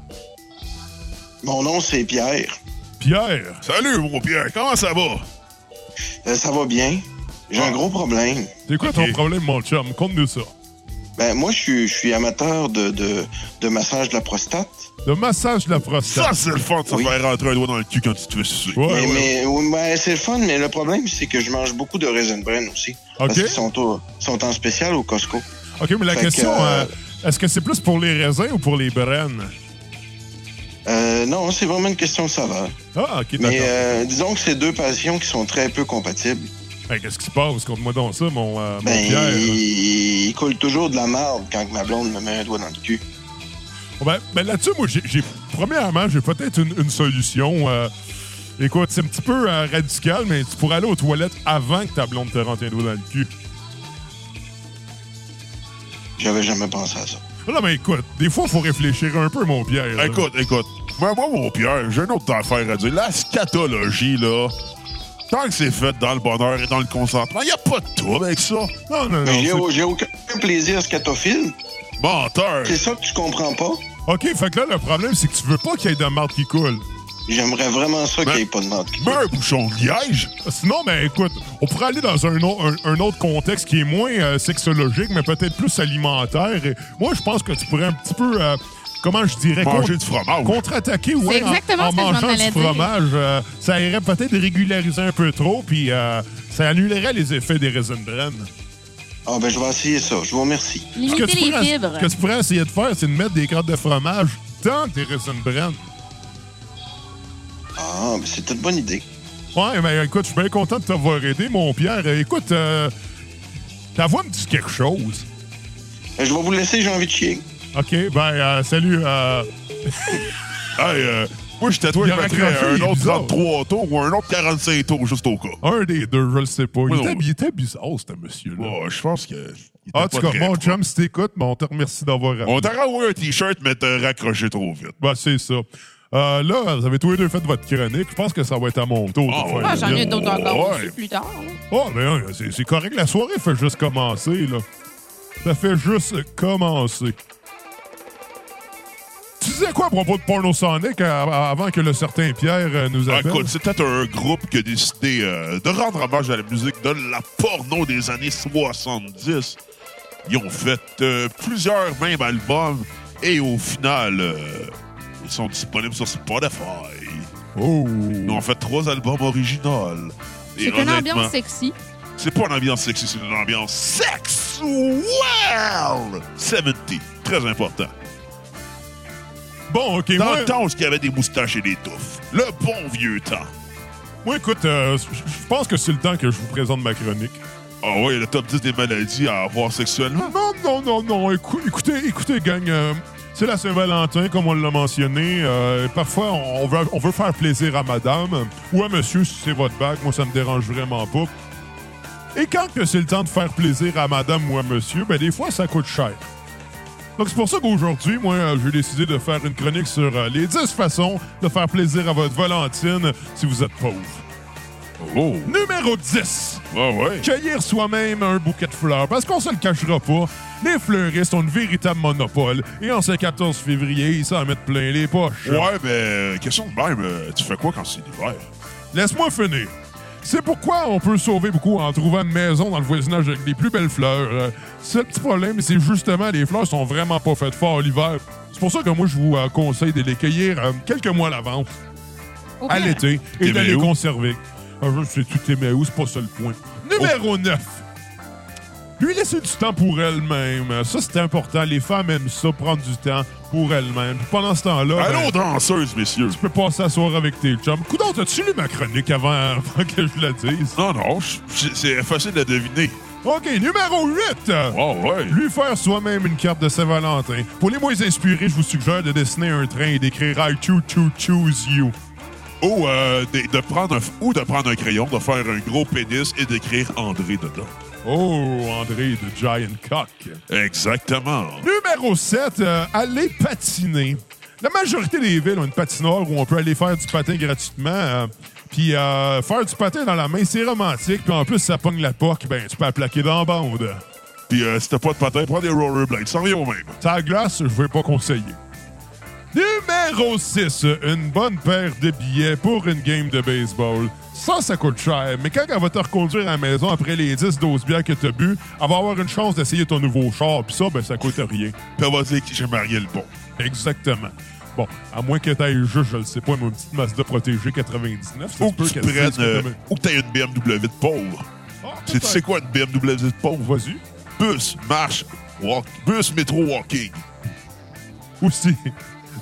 F: Mon nom, c'est Pierre.
C: Pierre,
B: Salut, mon Pierre, comment ça va?
F: Euh, ça va bien? J'ai
C: Ah.
F: un gros problème.
C: c'est quoi ton problème mon chum? Conte-nous ça.
F: Ben, moi, je suis, je suis amateur de, de, de massage de la prostate.
C: Le massage de la
B: Ça,
C: prostate.
B: c'est le fun de se
F: Oui.
B: faire rentrer un doigt dans le cul quand tu te fais sucer.
C: Ouais,
F: mais
C: ouais.
F: mais- oui, ben, c'est le fun, mais le problème, c'est que je mange beaucoup de raisin bran aussi.
C: OK.
F: Parce qu'ils sont, au- sont en spécial au Costco.
C: OK, mais la
F: Fait que,
C: question,
F: euh,
C: euh, est-ce que c'est plus pour les raisins ou pour les brennes?
F: Euh, non, c'est vraiment une question de saveur.
C: Ah, OK, d'accord.
F: Mais euh, disons que c'est deux passions qui sont très peu compatibles.
C: Ben, Qu'est-ce qui se passe? Conte-moi donc ça, mon, euh, mon
F: Ben,
C: Pierre.
F: il, il coule toujours de la marde quand ma blonde me met un doigt dans le cul.
C: Ben, ben, là-dessus, moi, j'ai, j'ai- premièrement, j'ai peut-être une, une solution. euh, écoute, c'est un petit peu euh, radical, mais tu pourrais aller aux toilettes avant que ta blonde te rentre un doigt dans le cul.
F: J'avais jamais pensé à ça.
C: Non, mais écoute, des fois, faut réfléchir un peu, mon Pierre. là.
B: Écoute, écoute. Ben, moi, mon Pierre, j'ai une autre affaire à dire. La scatologie, là, tant que c'est fait dans le bonheur et dans le consentement, il a pas de trouble avec ça.
C: Non, non, non.
F: Mais j'ai
C: c'est-
F: j'ai aucun plaisir scatophile.
B: Menteur!
F: C'est ça que tu comprends pas?
C: OK, fait que là, le problème, c'est que tu veux pas qu'il y ait de la marde qui coule.
F: J'aimerais vraiment ça
B: Ben-
F: qu'il n'y ait pas de ventre.
B: Mais un bouchon de liège?
C: Sinon, ben écoute, on pourrait aller dans un, au- un- un autre contexte qui est moins euh, sexologique, mais peut-être plus alimentaire. Et moi, je pense que tu pourrais un petit peu, euh, comment je dirais,
B: Manger
C: con-
B: du fromage.
C: contre-attaquer ouais, en-
D: exactement
C: en,
D: ce que je m'en
C: mangeant
D: allais
C: du
D: dire.
C: fromage. euh, ça irait peut-être régulariser un peu trop, puis euh, ça annulerait les effets des raisin bran.
F: Ah, ben, je vais essayer ça. Je vous remercie.
C: Ce que,
D: Limiter
C: tu
D: les
C: pourrais,
D: fibres.
C: ce que tu pourrais essayer de faire, c'est de mettre des crottes de fromage dans tes raisin bran.
F: Ah, ben, c'est une bonne idée.
C: Ouais, mais écoute, je suis bien content de t'avoir aidé, mon Pierre. Euh, Écoute, euh, ta voix me dit quelque chose.
F: Ben, Je vais vous laisser, j'ai envie de chier.
C: OK, ben, euh, salut. Euh,
B: Hey, euh, moi, je tatouais,
C: Il
B: je
C: a
B: mettrais
C: raccroché,
B: un
C: il est
B: autre
C: bizarre. Ah,
B: 33 tours ou un autre 45 tours, juste au cas.
C: un des deux, je le sais pas. Il,
B: Oui,
C: était,
B: non.
C: il était bizarre, ce monsieur-là.
B: Ouais, je pense que. il était
C: ah, en
B: pas
C: tout cas,
B: très
C: mon
B: pro.
C: chum, si t'écoutes, ben, on te remercie d'avoir appelé.
B: On t'aurait envoyé un t-shirt, mais t'as raccroché trop vite.
C: Ben, c'est ça. Euh, là, vous avez tous les deux fait votre chronique. Je pense que ça va être à mon tour. de
B: Ah,
C: faire
B: ouais.
C: la
D: Ah, J'en ai
C: mienne.
D: d'autres encore
B: Ouais.
D: aussi plus tard. là.
C: Ah, ben, hein, c'est c'est correct. La soirée fait juste commencer, là. Ça fait juste commencer. Tu disais quoi à propos de Porno Sonic euh, avant que le certain Pierre euh, nous
B: Ah,
C: appelle?
B: écoute, c'est peut-être un groupe qui a décidé euh, de rendre hommage à la musique de la porno des années 70. Ils ont fait euh, plusieurs mêmes albums et au final, euh, ils sont disponibles sur Spotify.
C: oh.
B: Ils ont fait trois albums originaux. Et
D: C'est une
B: honnêtement,
D: ambiance sexy.
B: C'est pas une ambiance sexy, c'est une ambiance sexuelle! 70, très important.
C: Bon, OK,
B: Dans
C: moi-
B: le temps où il y avait des moustaches et des touffes. Le bon vieux temps.
C: Moi, écoute, euh, je je pense que c'est le temps que je vous présente ma chronique.
B: Ah ouais, le top 10 des maladies à avoir sexuellement.
C: Non, non, non, non. écou- écoutez, écoutez, gang. euh, c'est la Saint-Valentin, comme on l'a mentionné. euh, parfois, on on veut, on veut faire plaisir à madame euh, ou à monsieur si c'est votre bague. Moi, ça me dérange vraiment pas. Et quand que c'est le temps de faire plaisir à madame ou à monsieur, ben des fois, ça coûte cher. Donc, c'est pour ça qu'aujourd'hui, moi, euh, j'ai décidé de faire une chronique sur euh, les 10 façons de faire plaisir à votre Valentine si vous êtes pauvre.
B: Oh,
C: Numéro 10.
B: ah ouais.
C: cueillir soi-même un bouquet de fleurs, parce qu'on se le cachera pas, les fleuristes ont une véritable monopole, et en ce 14 février, ils s'en mettent plein les poches.
B: Ouais, mais question de même, euh, tu fais quoi quand c'est l'hiver?
C: Laisse-moi finir. C'est pourquoi on peut sauver beaucoup en trouvant une maison dans le voisinage avec les plus belles fleurs. Euh, C'est le petit problème, c'est justement les fleurs sont vraiment pas faites fort l'hiver. C'est pour ça que moi, je vous euh, conseille de les cueillir euh, quelques mois à l'avance.
D: Au
C: à
D: pire.
C: l'été et
B: T'aimais
C: de les
B: où?
C: conserver. Ah, je sais, tu t'aimais où, c'est pas ça le point. Numéro 9. Lui laisser du temps pour elle-même. Ça, c'est important. Les femmes aiment ça, prendre du temps pour elles-mêmes. Puis pendant ce temps-là,
B: Allons,
C: ben,
B: danseuse, messieurs.
C: tu peux pas s'asseoir avec tes chums. Coudon, t'as-tu lu ma chronique avant, avant que je la dise?
B: Non, non, je- je- c'est facile de deviner.
C: OK, numéro 8.
B: Ah ouais.
C: Lui faire soi-même une carte de Saint-Valentin. Pour les moins inspirés, je vous suggère de dessiner un train et d'écrire I choo choo choose you.
B: Ou, euh, de, de prendre un, ou de prendre un crayon, de faire un gros pénis et d'écrire André dedans.
C: Oh, André de Giant Cock.
B: Exactement.
C: Numéro 7, aller patiner. La majorité des villes ont une patinoire où on peut aller faire du patin gratuitement. euh, puis euh, faire du patin dans la main, c'est romantique. Puis en plus, ça pogne la porte, ben tu peux la plaquer dans la bande.
B: Puis euh, si t'as pas de patin, prends des rollerblades. Ça revient au même.
C: Ça glace, je vais pas conseiller. Numéro 6, une bonne paire de billets pour une game de baseball. Ça, ça coûte cher, mais quand elle va te reconduire à la maison après les 10-12 bières que t'as bu, elle va avoir une chance d'essayer ton nouveau char, puis ça, ben, ça coûte rien.
B: Puis elle va dire que j'ai marié le bon.
C: Exactement. Bon, à moins que t'ailles juste, je le sais pas, une petite masse de protégée 99, ça
B: Ou
C: se peut
B: que tu
C: qu'elle dise
B: prennes,
C: que
B: euh,
C: t'as même-
B: ou que t'aies une BMW de pauvre.
C: Ah, Oh,
B: Tu sais- tu sais quoi une BMW de pauvre?
C: Vas-y.
B: Bus, marche, walk, bus, métro, walking.
C: Aussi.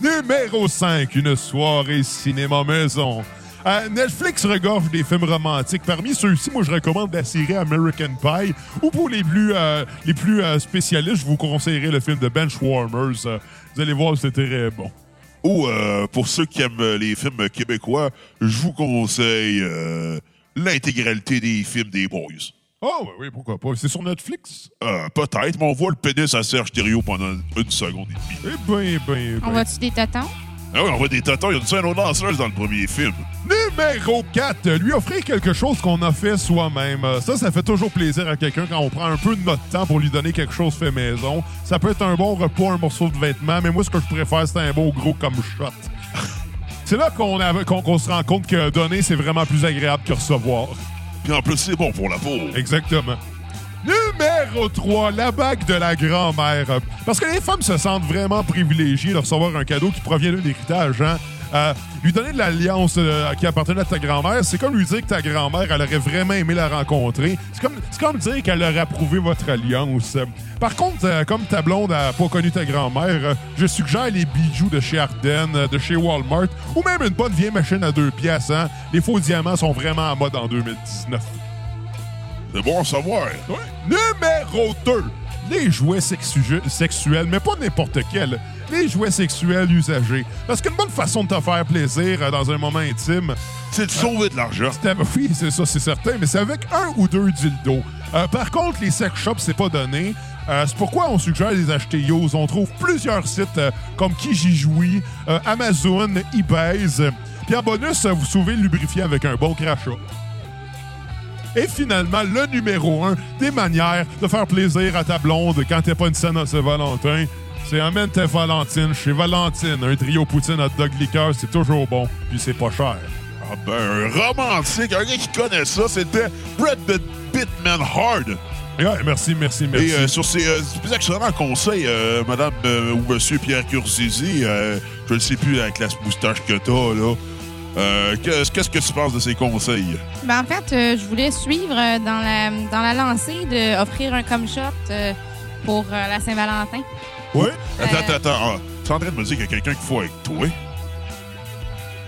C: Numéro 5, une soirée cinéma maison. Euh, Netflix regorge des films romantiques. Parmi ceux-ci, moi, je recommande la série American Pie. Ou pour les plus, euh, les plus euh, spécialistes, je vous conseillerais le film de Benchwarmers. Euh, vous allez voir, c'est très bon.
B: Ou euh, pour ceux qui aiment euh, les films québécois, je vous conseille euh, l'intégralité des films des boys.
C: Oh, oui, oui, pourquoi pas. C'est sur Netflix?
B: Euh, Peut-être, mais on voit le pénis à Serge Thériault pendant une seconde et demie.
C: Eh ben, ben, ben.
D: On va-tu des totons?
B: Ah oui, on voit des tatons, il y a une scène aux danseuses dans le premier film.
C: Numéro 4, lui offrir quelque chose qu'on a fait soi-même. Euh, Ça, ça fait toujours plaisir à quelqu'un quand on prend un peu de notre temps pour lui donner quelque chose fait maison. Ça peut être un bon repas, un morceau de vêtement, mais moi, ce que je préfère, c'est un beau gros comme shot. C'est là qu'on avait- qu'on- qu'on se rend compte que donner, c'est vraiment plus agréable que recevoir.
B: Puis en plus, c'est bon pour la peau.
C: Exactement. Numéro 3, la bague de la grand-mère. Parce que les femmes se sentent vraiment privilégiées de recevoir un cadeau qui provient d'un héritage. Hein? Euh, lui donner de l'alliance euh, qui appartenait à ta grand-mère, c'est comme lui dire que ta grand-mère, elle aurait vraiment aimé la rencontrer. C'est comme, c'est comme dire qu'elle aurait approuvé votre alliance. Par contre, euh, comme ta blonde n'a pas connu ta grand-mère, euh, je suggère les bijoux de chez Arden, euh, de chez Walmart, ou même une bonne vieille machine à deux pièces. Hein? Les faux diamants sont vraiment en mode en 2019.
B: C'est bon à savoir.
C: Ouais. Hein? Numéro 2. Les jouets sexu- sexuels, mais pas n'importe quels. Les jouets sexuels usagés. Parce qu'une bonne façon de te faire plaisir euh, dans un moment intime,
B: C'est de sauver de l'argent.
C: c'est av- oui, c'est ça, c'est certain, mais c'est avec un ou deux dildos. Euh, par contre, les sex shops, c'est pas donné. Euh, c'est pourquoi on suggère les acheter Yos. On trouve plusieurs sites euh, comme Kijijoui, euh, Amazon, eBay. euh, Puis en bonus, euh, vous sauvez le lubrifier avec un bon crachat. Et finalement, le numéro un des manières de faire plaisir à ta blonde quand t'es pas une scène à Saint-Valentin, c'est amène tes Valentine chez Valentine. Un trio poutine hot dog liqueur, c'est toujours bon, puis c'est pas cher.
B: Ah ben, un romantique, un gars qui connaît ça, c'était Brett the Bitman Hard.
C: Ouais, merci, merci, merci.
B: Et euh, sur ces euh, ces excellents conseils, euh, madame euh, ou monsieur Pierre Curzizi, euh, je ne sais plus avec la moustache que t'as, là, euh, qu'est-ce qu'est-ce que tu penses de ces conseils?
D: Ben, en fait, euh, je voulais suivre euh, dans la, dans la lancée d'offrir un com shot euh, pour euh, la Saint-Valentin.
C: Oui?
B: Attends,
D: Euh,
B: attends, attends. ah, T'es en train de me dire qu'il y a quelqu'un qui faut avec toi?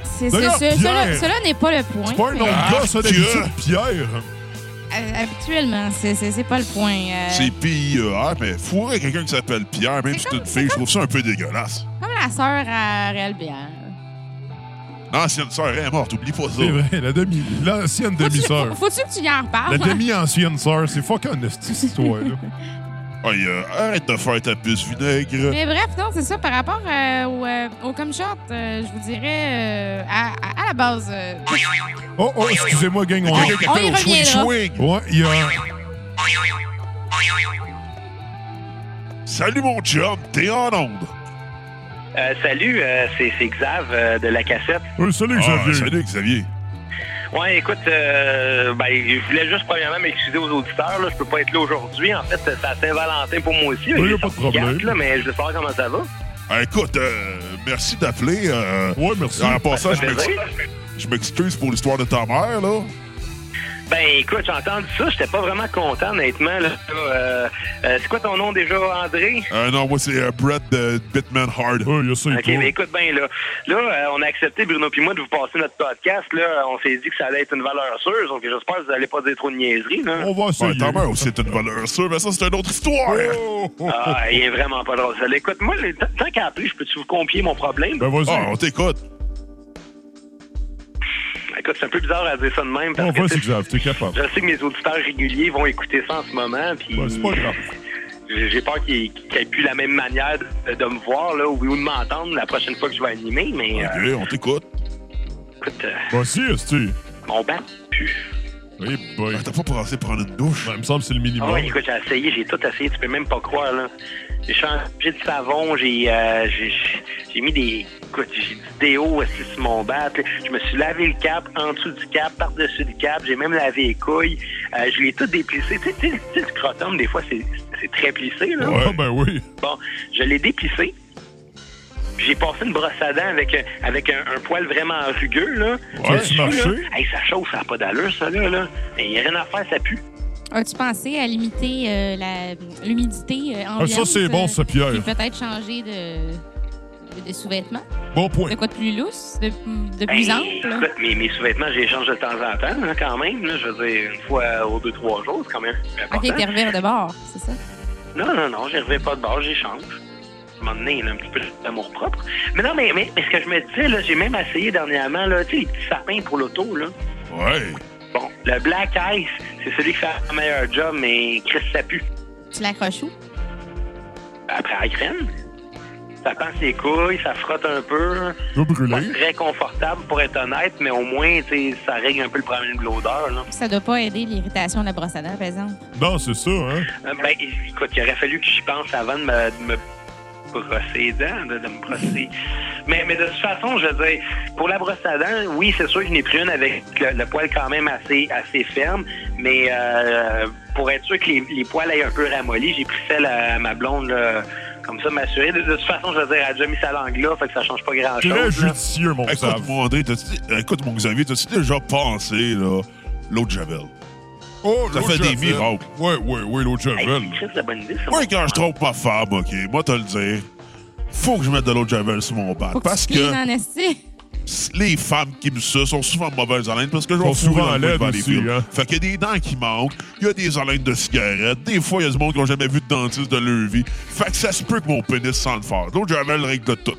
D: C'est- c'est-
C: D'ailleurs,
D: ce- Cela
C: Pierre,
D: cela n'est pas le point.
C: C'est pas un nom
B: Ah,
C: de gars, ça, d'habitude,
B: que-
C: Pierre.
D: Euh, Habituellement, c'est- c'est c'est pas le point. euh,
B: C'est P.I.E.R., mais fourrer quelqu'un qui s'appelle Pierre, même
D: C'est
B: si
D: comme-
B: c'est une fille, je trouve ça un peu dégueulasse.
D: comme la sœur à Réal Bière.
B: L'ancienne sœur est morte, oublie pas ça.
C: C'est vrai, la demi, l'ancienne demi-sœur.
D: Faut- Faut-tu que tu y en
C: La
D: reparles?
C: demi-ancienne sœur, c'est fucking esti, cette histoire-là.
B: Aïe, euh, arrête de faire ta puce vinaigre.
D: Mais bref, non, c'est ça, par rapport euh, au, euh, au com shot, euh, je vous dirais, euh, à, à- à la base, euh,
C: Oh, oh, excusez-moi, gang, on
B: Il y a quelqu'un qui
D: On y
B: appelle au
D: reviendra.
B: chouing-chouing.
C: Ouais, il y a...
B: Salut mon chum, t'es en onde.
G: Euh, salut, euh, c'est c'est Xav euh, de la cassette.
C: Euh, salut,
B: Ah,
C: Xavier.
B: salut Xavier.
G: Ouais, écoute, euh, ben, je voulais juste premièrement m'excuser aux auditeurs. Là. Je peux pas être là aujourd'hui. En fait, c'est à Saint-Valentin pour moi aussi. mais
C: Oui, y a
G: j'ai
C: pas de
G: sorti
C: problème.
G: quatre, là, mais je veux savoir comment ça va.
B: Ah, écoute, euh, merci d'appeler. euh,
C: Ouais, merci.
B: en passant, je
G: Ça fait
B: m'ex-
G: plaisir.
B: je m'excuse pour l'histoire de ta mère, là.
G: Ben écoute, j'ai entendu ça. J'étais pas vraiment content, honnêtement. là. Euh, euh, c'est quoi ton nom déjà, André?
B: Euh, non, moi, c'est euh, Brett de Bitman Hard.
C: Ouais, Euh, il y a ça et
G: OK,
C: tout.
G: ben écoute bien là. Là, euh, on a accepté Bruno puis moi de vous passer notre podcast. Là, on s'est dit que ça allait être une valeur sûre, donc j'espère que vous allez pas dire trop de niaiseries. Là.
C: On va
B: Ouais,
C: essayer.
B: ta mère aussi, c'est une valeur sûre, mais ça, c'est une autre histoire.
C: Oh, oh, oh.
G: Ah, il est vraiment pas drôle. celui-là. Écoute, moi, le- tant- tant qu'à appeler, je peux-tu vous confier mon problème?
C: Ben, vas-y.
B: Ah, on t'écoute.
G: Écoute, c'est un peu bizarre à dire ça de même. Parce
C: on
G: que,
C: va, c'est
G: tu sais,
C: Xav, t'es capable.
G: je sais que mes auditeurs réguliers vont écouter ça en ce moment. Puis
C: Ouais, c'est pas grave.
G: j'ai j'ai peur qu'ils n'aient plus la même manière de, de me voir là, ou, ou de m'entendre la prochaine fois que je vais animer. Mais euh,
B: Ok, on t'écoute.
G: écoute, euh,
C: Vas-y, esti.
G: on bat plus.
C: Eh boy.
B: Ah, T'as pas pensé prendre une douche?
C: Ouais, il me semble que c'est le
G: Ah
C: minimum.
G: ouais, écoute, j'ai essayé, j'ai tout essayé, tu peux même pas croire. là. J'ai changé de savon, j'ai euh, j'ai- j'ai- j'ai mis des. Écoute, j'ai du déo aussi sur mon bat. là. Je me suis lavé le cap, en dessous du cap, par-dessus le cap, j'ai même lavé les couilles. Euh, je l'ai tout déplissé. Tu sais, tu sais, tu sais, le scrotum, des fois, c'est c'est très plissé, là.
C: Ah, ben oui.
G: Bon, je l'ai dépissé. J'ai passé une brosse à dents avec, un- avec un, un poil vraiment rugueux, là.
C: Ouais,
G: Je
C: tu
G: suis, là,
C: marchais?
G: Hey, ça chauffe, ça n'a pas d'allure, ça, là. là. Il n'y a rien à faire, ça pue.
D: as-tu pensé à limiter euh, la- l'humidité euh,
C: Ah,
D: ambiante?
C: ça, c'est bon, ça,
D: euh,
C: Pierre.
D: Puis peut-être changer de, de sous-vêtements.
C: Bon point.
D: De quoi de plus lousse, de, de plus
G: Hey,
D: ample.
G: écoute, mes, mes sous-vêtements, je les change de temps en temps, hein, quand même. là. je veux dire, une fois euh, aux deux, trois jours, c'est quand même
D: Ok,
G: important.
D: t'es revire de bord, c'est ça?
G: Non, non, non, je reviens pas de bord, j'y change. À un moment donné, là, un petit peu d'amour propre. Mais non, mais, mais, mais ce que je me disais, là, j'ai même essayé dernièrement, là, tu sais, les petits sapins pour l'auto, là.
B: Ouais.
G: Bon, le Black Ice, c'est celui qui fait le meilleur job, mais Chris, ça pue.
D: Tu l'accroches où?
G: Après la graine, ça pend ses couilles, ça frotte un peu.
C: Je veux
G: Pas
C: brûler.
G: très confortable, pour être honnête, mais au moins, tu sais, ça règle un peu le problème de l'odeur, là.
D: Ça doit pas aider l'irritation de la brosse à dents, par exemple.
C: Non, c'est ça, hein.
G: Euh, Ben, écoute, il aurait fallu que j'y pense avant de me, de me brosser les dents, de, de me brosser. Mais, mais de toute façon, je veux dire, pour la brosse à dents, oui, c'est sûr que je n'ai pris une avec le, le poil quand même assez, assez ferme, mais euh, pour être sûr que les, les poils aient un peu ramolli, j'ai pris celle à, à ma blonde, là, comme ça, m'assurer. De, de toute façon, je veux dire, elle a déjà mis sa langue là, fait que ça change pas
B: hein.
C: Très
G: grand-chose. là.
C: judicieux, mon
B: Écoute,
C: Sav.
B: mon André, t'as-tu- écoute, mon Xavier, t'as-tu déjà pensé, là, l'autre Javel?
C: Oh,
B: Ça
C: l'autre
B: fait des
C: Javel.
B: miracles.
C: Ouais, ouais, ouais, l'autre
G: Hey,
C: Javel.
G: Chris, la bonne idée, ça,
B: Moi,
G: mon-
B: quand je trompe ma femme, OK, moi, te le dire, faut que je mette de l'autre Javel sur mon bat.
D: Faut que
B: Parce
D: tu piles
B: que
D: en esti.
B: les femmes qui me sucent sont souvent de mauvaise haleine parce que je
C: Sont
B: vais
C: souvent
B: souvent
C: à
B: dans le
C: l'aide
B: dans les
C: aussi,
B: fils.
C: hein.
B: Fait qu'il y a des dents qui manquent, il y a des haleines de cigarettes, des fois, il y a du monde qui n'a jamais vu de dentiste de leur vie. Fait que ça se peut que mon pénis sente le faire. L'autre Javel règle de tout.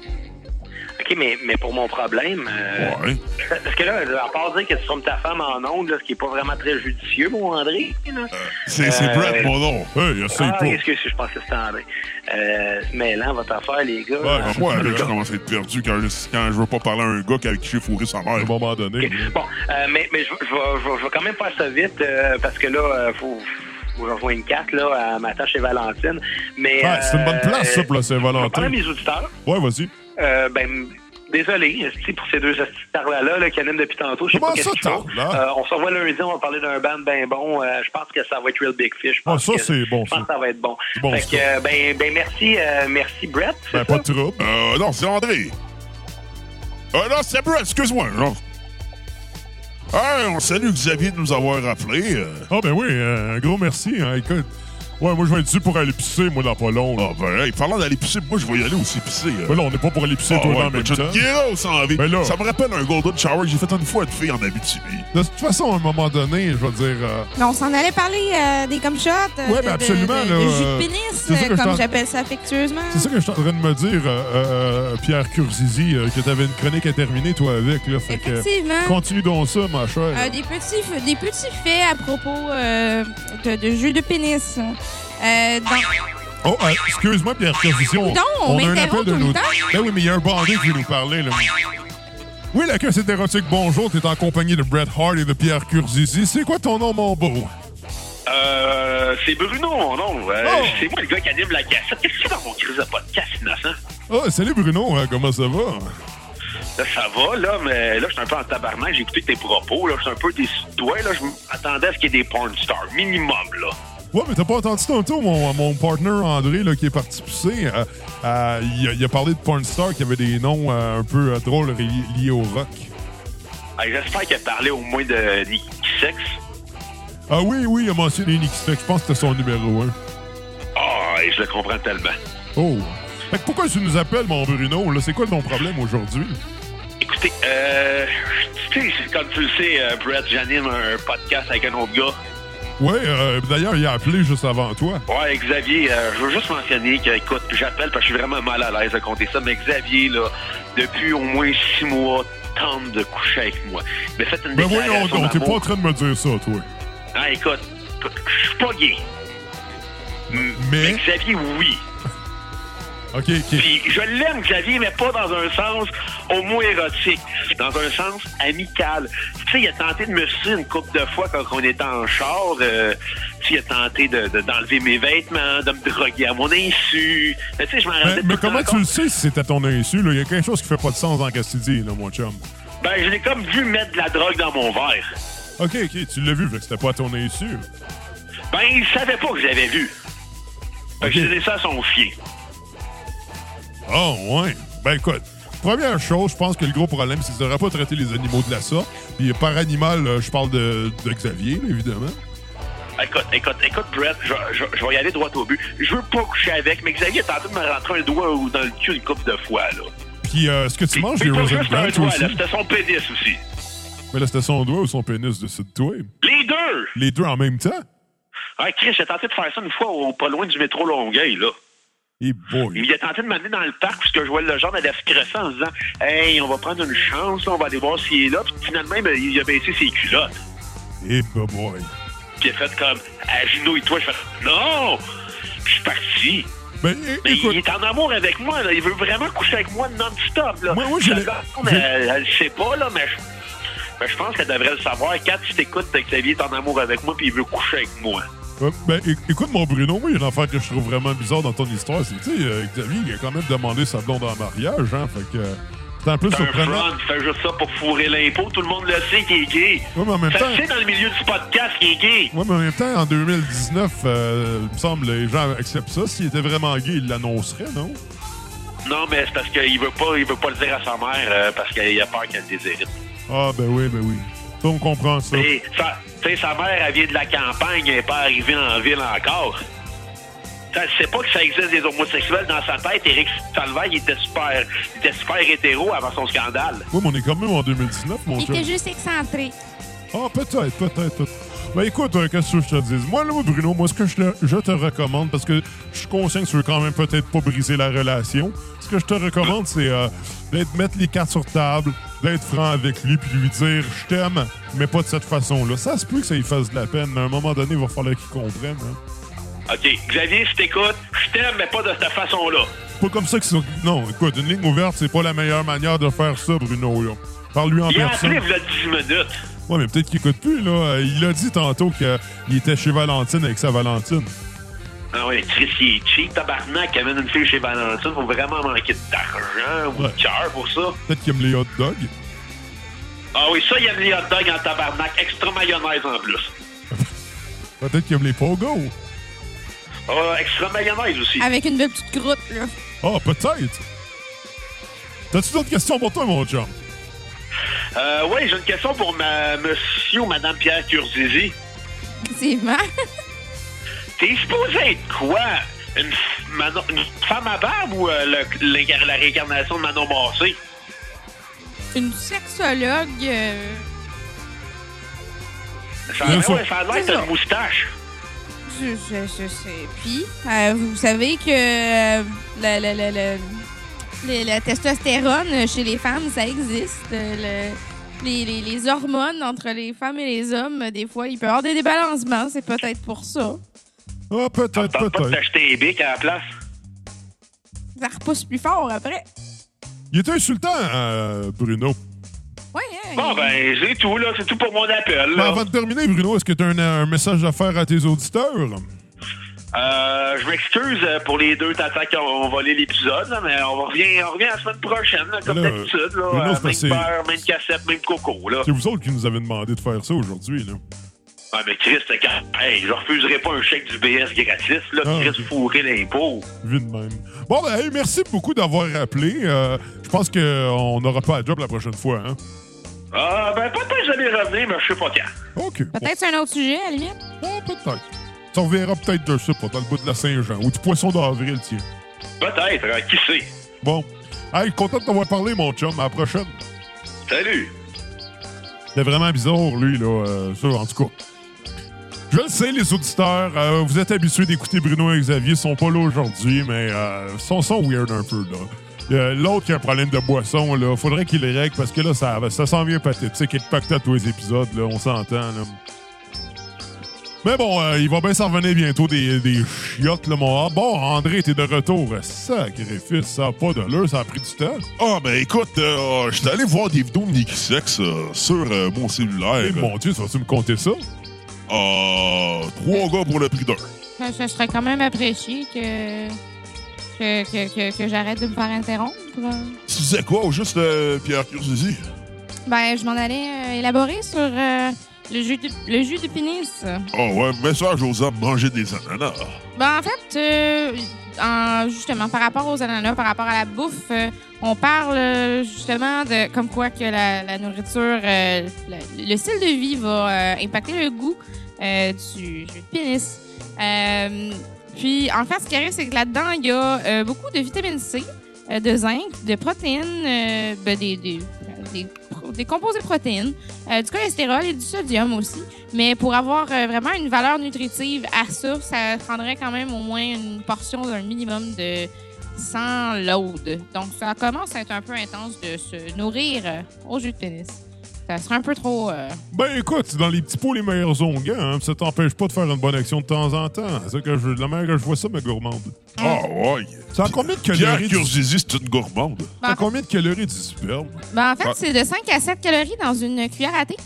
G: OK, mais, mais pour mon problème, euh,
B: Ouais.
G: parce que là, à part dire que tu trompes ta femme en ondes, là, ce qui est pas vraiment très judicieux, mon André, là.
B: C'est c'est
G: Euh,
B: Brett, mon nom.
C: Hey, essaye
G: Ah,
C: pas.
G: excuse, je pense que c'était André. Euh, mêlant votre affaire, les gars.
C: Ouais,
B: Ah, Moi, là, je commence à être perdu quand je, quand je veux pas parler à un gars avec qui j'ai fourré sa
C: À
B: mère.
C: un moment donné.
G: OK. Bon, euh, mais, mais je, je vais- je vais- je vais quand même faire ça vite euh, parce que là, euh, faut, faut que j'envoie une carte là, à ma tâche chez Valentine. Mais,
C: Ouais, Ben, c'est une bonne
G: euh,
C: place, ça, pour la
G: Je vais
C: Saint-Valentin.
G: parler à mes auditeurs.
C: Ouais, vas-y.
G: Euh, ben, m- désolé, esti, pour ces deux tarlas là là, qui animent depuis tantôt. Je sais
C: Comment
G: pas
C: ça,
G: qu'est-ce qu'ils font.
C: tarlas?
G: Euh, On se revoit lundi, on va parler d'un band ben bon. Euh, je pense que ça va être Real Big Fish. Je
C: Ah,
G: pense
C: ça,
G: que-
C: c'est bon,
G: Je pense
C: ça.
G: que ça va être bon.
C: C'est bon,
G: Fait
C: ça.
G: que, euh, ben, ben, merci, euh, merci, Brett. c'est
C: Ben, pas
G: ça?
C: de trouble.
B: Euh, non, c'est André. Euh, non, c'est Brett, excuse-moi, non. Hey, on salue Xavier de nous avoir rappelé. euh.
C: Ah, ben oui, euh, un gros merci. hein, Écoute, ouais, moi, je vais être dû pour aller pisser, moi, dans pas long.
B: Ah,
C: Là,
B: ben, hey, parlant d'aller pisser, moi, je vais y aller aussi pisser. euh.
C: Ben là on n'est pas pour aller pisser,
B: Ah,
C: toi,
B: ouais,
C: là, en même
B: mais
C: temps.
B: tu- Guéros, sans vie.
C: Mais là-
B: Ça me rappelle un golden shower que j'ai fait une fois de fille en Abitibi.
C: De toute façon, à un moment donné, je vais dire... euh,
H: Mais on s'en allait parler euh, des comme shots. euh,
C: Ouais,
H: de-
C: ben
H: de-
C: absolument,
H: de-
C: là,
H: de jus de
C: euh,
H: pénis,
C: c'est ça
H: euh,
C: que je t'en-
H: comme j'appelle ça affectueusement.
C: C'est ça que je suis en train de me dire, euh, euh, Pierre Curzizi, euh, que t'avais une chronique à terminer, toi, avec. Là, fait que,
H: Effectivement.
C: continue donc ça, ma chère.
H: Euh, des, petits, f- des petits faits à propos euh, de, de jus de pénis. Euh, dans-
C: Oh, euh, excuse-moi, Pierre Curzizi, on,
H: Non, on
C: a un
H: m'interrompt
C: appel de
H: tout le
C: nous.
H: temps.
C: Ben oui, mais il y a un bandit qui veut nous parler. Là. Oui, la cassette érotique, bonjour. T'es en compagnie de Bret Hart et de Pierre Curzizi. C'est quoi ton nom, mon beau?
G: Euh, c'est Bruno, mon nom. Euh,
C: Oh.
G: C'est moi le gars qui anime la cassette. Qu'est-ce que c'est dans mon crise de podcast innocent?
C: Ah, salut Bruno, hein, comment ça va?
G: Là, ça va, là, mais là, je suis un peu en tabarnak. J'ai écouté tes propos, là. Je suis un peu déçu de toi, là. Je m'attendais à ce qu'il y ait des porn stars, minimum, là.
C: Ouais, mais t'as pas entendu tantôt mon, mon partner André là, qui est parti pisser. euh, euh, il, a, il a parlé de Pornstar qui avait des noms euh, un peu euh, drôles ri- liés au rock. Ben
G: Hey, J'espère qu'il a parlé au moins de Nick Sex.
C: Ah oui, oui, il a mentionné Nick Sex. Je pense que c'était son numéro 1.
G: Ah, et je le comprends tellement.
C: Oh! Fait que pourquoi tu nous appelles, mon Bruno? là? C'est quoi ton problème aujourd'hui?
G: Écoutez, euh, tu sais, comme tu le sais, euh, Brett, j'anime un podcast avec un autre gars.
C: Ouais, euh, d'ailleurs, il a appelé juste avant toi.
G: Ouais, Xavier, euh, je veux juste mentionner que, écoute, j'appelle parce que je suis vraiment mal à l'aise de compter ça, mais Xavier, là, depuis au moins six mois, tente de coucher avec moi. Mais faites une
C: Ben
G: déclaration
C: voyons donc, t'es pas en
G: d'amour.
C: train de me dire ça, toi.
G: Ah, écoute, écoute, je suis pas gay. M-
C: Mais-
G: mais Xavier, oui.
C: Ok, ok.
G: Puis je l'aime, Xavier, mais pas dans un sens homo-érotique, dans un sens amical. Tu sais, il a tenté de me sucer une couple de fois quand on était en char. Euh, tu sais, il a tenté de- de- d'enlever mes vêtements, de me droguer à mon insu. Mais tu sais, je m'en
C: Mais,
G: rendais
C: mais
G: tout le
C: comment
G: temps
C: tu le
G: compte.
C: sais si c'est à ton insu? là? Il y a quelque chose qui fait pas de sens dans ce qu'il dit, là, mon chum.
G: Ben, je l'ai comme vu mettre de la drogue dans mon verre.
C: Ok, ok, tu l'as vu, fait que c'était pas à ton insu.
G: Ben, il savait pas que je l'avais vu. Fait que
C: Ok.
G: j'ai donné ça à son fier.
C: Ah, ouais. Ben, écoute. Première chose, je pense que le gros problème, c'est qu'ils n'auraient pas traité les animaux de la sorte. Puis par animal, euh, je parle de, de Xavier, là, évidemment.
G: Écoute, écoute, écoute, Brett, je, je, je vais y aller droit au but. Je veux pas coucher avec, mais Xavier a tenté de me rentrer un doigt ou dans le cul une couple de fois, là.
C: Puis euh, est-ce que tu manges
G: Mais
C: des
G: pas
C: raisins
G: juste un
C: blancs, toi
G: doigt,
C: aussi?
G: ben, là, c'était son pénis aussi.
C: Mais là, c'était son doigt ou son pénis, décide-toi.
G: Les deux!
C: Les deux en même temps?
G: Ah, Chris, j'ai tenté de faire ça une fois au, pas loin du métro Longueuil, là.
C: Et boy.
G: Il a tenté de m'amener dans le parc parce que je vois le genre d'aller se cresser en se disant Hey, on va prendre une chance, là, on va aller voir s'il est là. Puis finalement, ben, il a baissé ses culottes.
C: Et boy.
G: Puis il a fait comme Agenouille-toi. Je fais Non! Je suis parti.
C: Ben, é-
G: Mais
C: écoute.
G: il est en amour avec moi, là. Il veut vraiment coucher avec moi non-stop, là.
C: Moi- moi,
G: je
C: j'allais-
G: mais elle, elle le sait pas, là, mais je. mais je pense qu'elle devrait le savoir. Quand tu t'écoutes, Xavier est en amour avec moi, puis il veut coucher avec moi.
C: Euh, ben, é- écoute, mon Bruno, moi, il y a une affaire que je trouve vraiment bizarre dans ton histoire. C'est que, tu sais, euh, Xavier, il a quand même demandé sa blonde en mariage, hein. Fait que. euh, C'est un peu
G: C'est un
C: surprenant.
G: fraud, il fait juste ça pour fourrer l'impôt. Tout le monde le sait qu'il est gay.
C: Ouais, mais en même
G: Ça
C: temps.
G: se sait dans le milieu du podcast qu'il est gay.
C: Ouais, mais en même temps, en 2019, euh, il me semble, les gens acceptent ça. S'il était vraiment gay, il l'annoncerait, non?
G: Non, mais c'est parce qu'il veut pas, il veut pas le dire à sa mère euh, parce qu'il a peur qu'elle le déshérite.
C: Ah, ben oui, ben oui. Ça, on comprend ça.
G: Et sa, tu sais, sa mère, elle vient de la campagne, elle n'est pas arrivée en ville encore. Ça, Elle sait pas que ça existe des homosexuels dans sa tête. Éric Salvaille, il était super, il était super hétéro avant son scandale.
C: Oui, mais on est quand même en 2019, mon
D: Il
C: chum.
D: était juste excentré.
C: Ah, peut-être, peut-être, peut-être. Ben écoute, euh, qu'est-ce que je te dis? Moi, là, Bruno, moi, ce que je te, je te recommande, parce que je suis conscient que tu veux quand même peut-être pas briser la relation, ce que je te recommande, c'est euh, d'être mettre les cartes sur table, d'être franc avec lui, puis lui dire « je t'aime », mais pas de cette façon-là. Ça se peut que ça lui fasse de la peine, mais à un moment donné, il va falloir qu'il comprenne. hein.
G: OK, Xavier, si t'écoutes, je t'aime, mais pas de cette façon-là.
C: Pas comme ça que sont... Non, écoute, une ligne ouverte, c'est pas la meilleure manière de faire ça, Bruno, là. Parle-lui en
G: Il a
C: personne.
G: appelé il y a 10 minutes.
C: Ouais, mais peut-être qu'il écoute plus, là. Euh, Il a dit tantôt qu'il était chez Valentine avec sa Valentine.
G: Ah ouais, Chris, il est cheap, tabarnak, qui amène une fille chez Valentine pour vraiment manquer d'argent ou
C: Ouais.
G: de cœur pour ça.
C: Peut-être qu'il aime les hot dogs.
G: Ah oui, ça, il aime les hot dogs en tabarnak, extra mayonnaise en plus.
C: Peut-être qu'il aime les pogos.
G: Ah, extra mayonnaise aussi.
H: Avec une belle petite croûte, là.
C: Ah, peut-être. T'as-tu d'autres questions pour toi, mon chum?
G: Euh, oui, j'ai une question pour ma, monsieur ou madame Pierre Curzizi.
H: Effectivement.
G: T'es supposé être quoi? Une, f- Manon- une femme à barbe ou euh, le- l'incar- la réincarnation de Manon Massé?
H: Une sexologue. euh,
G: Ça a
C: Bien
G: l'air
C: sûr.
G: ouais, ça a l'air que
H: C'est
G: t'as
H: ça.
G: une moustache.
H: Je, je, je sais. Puis, euh, vous savez que euh, la, la, la, la, le- la testostérone euh, chez les femmes, ça existe. Euh, le- les, les, les hormones entre les femmes et les hommes, euh, des fois, il peut y avoir des débalancements. C'est peut-être pour ça.
C: Ah, peut-être,
G: T'as pas de
C: peut-être.
G: t'acheter un bic à la place?
H: Ça repousse plus fort après.
C: Il était insultant, euh, Bruno.
H: Ouais, hein,
G: Bon,
H: il-
G: ben, c'est tout, là. C'est tout pour mon appel,
C: Mais
G: là.
C: avant de terminer, Bruno, est-ce que t'as un, un message à faire à tes auditeurs?
G: Euh, je m'excuse euh, pour les deux tatas qui ont volé l'épisode, là, mais on revient, on revient la semaine prochaine, là, comme
C: Là,
G: d'habitude. Là,
C: mais non,
G: Euh,
C: c'est
G: même
C: parce que-
G: beurre, même cassette, même coco. Là.
C: C'est vous autres qui nous avez demandé de faire ça aujourd'hui, là.
G: Ah, mais Chris, t'es quand... hey, je refuserai pas un chèque du BS gratis. Là,
C: Ah,
G: Chris
C: ok.
G: fourré l'impôt.
C: Vu de même. Bon, ben, hey, merci beaucoup d'avoir rappelé. Euh, je pense qu'on n'aura pas à job la prochaine fois, hein?
G: Ah, ben, peut-être que j'allais revenir, mais je sais pas quand.
C: OK.
D: Peut-être c'est un autre sujet, à la limite.
C: Ah, peut-être. Tu reverras peut-être de ça, pas dans le bout de la Saint-Jean, ou du poisson d'avril, tiens.
G: Peut-être, hein, qui sait.
C: Bon. Hey, content de t'avoir parlé, mon chum. À la prochaine.
G: Salut.
C: C'était vraiment bizarre, lui, là. euh, ça, en tout cas. Je le sais, les auditeurs, euh, vous êtes habitués d'écouter Bruno et Xavier. Ils sont pas là aujourd'hui, mais euh, ils sont, sont weird un peu, là. Euh, L'autre qui a un problème de boisson, là, faudrait qu'il le règle parce que là, ça, ça sent bien pathétique et de pacte à tous les épisodes, là, on s'entend, là. Mais bon, euh, il va bien s'en revenir bientôt des, des chiottes, là, mon. Ah, Bon, André était de retour. Sacrifice, ça n'a pas d'allure, ça a pris du temps.
B: Ah, ben écoute, euh, j'étais allé voir des vidéos unisex euh, sur euh, mon
C: Eh,
B: cellulaire.
C: mon Dieu, ça vas-tu me compter ça?
B: Euh, trois gars pour le prix d'un.
D: Ça, ça serait quand même apprécié que, que, que, que, que j'arrête de me faire interrompre.
B: Tu disais quoi au juste, euh, Pierre Curzizi?
D: Ben, je m'en allais euh, élaborer sur euh, le, jus de, le jus de pénis.
B: Ah ouais, message aux hommes, manger des ananas.
D: Ben, en fait, euh, en- justement, par rapport aux ananas, par rapport à la bouffe, euh, on parle euh, justement de comme quoi que la, la nourriture, euh, le, le style de vie va euh, impacter le goût euh, du, du pénis. Euh, puis, en fait, ce qui arrive, c'est que là-dedans, il y a euh, beaucoup de vitamine C, euh, de zinc, de protéines, euh, ben, des, des, des, pro- des composés de protéines, euh, du cholestérol et du sodium aussi. Mais pour avoir euh, vraiment une valeur nutritive à ça, ça prendrait quand même au moins une portion d'un minimum de 100 loads. Donc, ça commence à être un peu intense de se nourrir euh, au jeu de tennis. Ça serait un peu trop... euh,
C: Ben écoute, c'est dans les petits pots les meilleurs onguents, hein, pis ça t'empêche pas de faire une bonne action de temps en temps. C'est que je, la manière que je vois ça, ma gourmande.
B: Ah ouais.
C: Ça a combien de
B: Pierre
C: calories? du-
B: Curzizi, c'est une gourmande.
C: ça a combien de calories du sperme?
D: Ben, en fait,
B: Ouais.
D: c'est de 5 à 7 calories dans une cuillère à thé.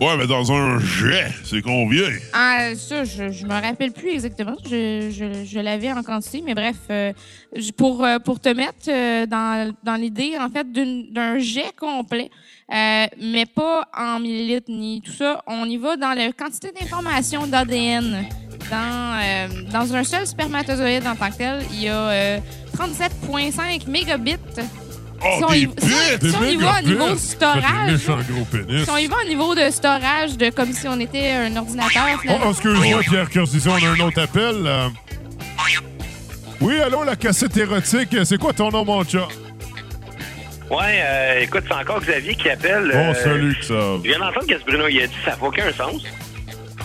B: Ouais, mais dans un jet, c'est combien?
D: Ah, ça, je, je me rappelle plus exactement. Je, je, je l'avais en quantité, mais bref, euh, je- pour, euh, pour te mettre euh, dans, dans l'idée, en fait, d'une- d'un jet complet, euh, mais pas en millilitres ni tout ça, on y va dans la quantité d'informations d'ADN. Dans, euh, dans un seul spermatozoïde en tant que tel, il y a euh, 37,5 mégabits.
B: Oh,
D: Si on
B: des
D: y- si on-
B: bêtes!
D: Si on y va au niveau storage,
C: méchant gros pénis.
D: si on y va au niveau de storage, de, comme si on était un ordinateur,
C: Oh,
D: finalement.
C: excuse-moi, Pierre Curtis, on a un autre appel. euh. Oui, allô, la cassette érotique, c'est quoi ton nom, mon chat?
G: Ouais, euh, écoute, c'est encore Xavier qui appelle.
C: Bon,
G: euh,
C: Oh, salut, que ça.
G: Je viens d'entendre ce que Bruno il a dit, ça n'a aucun sens.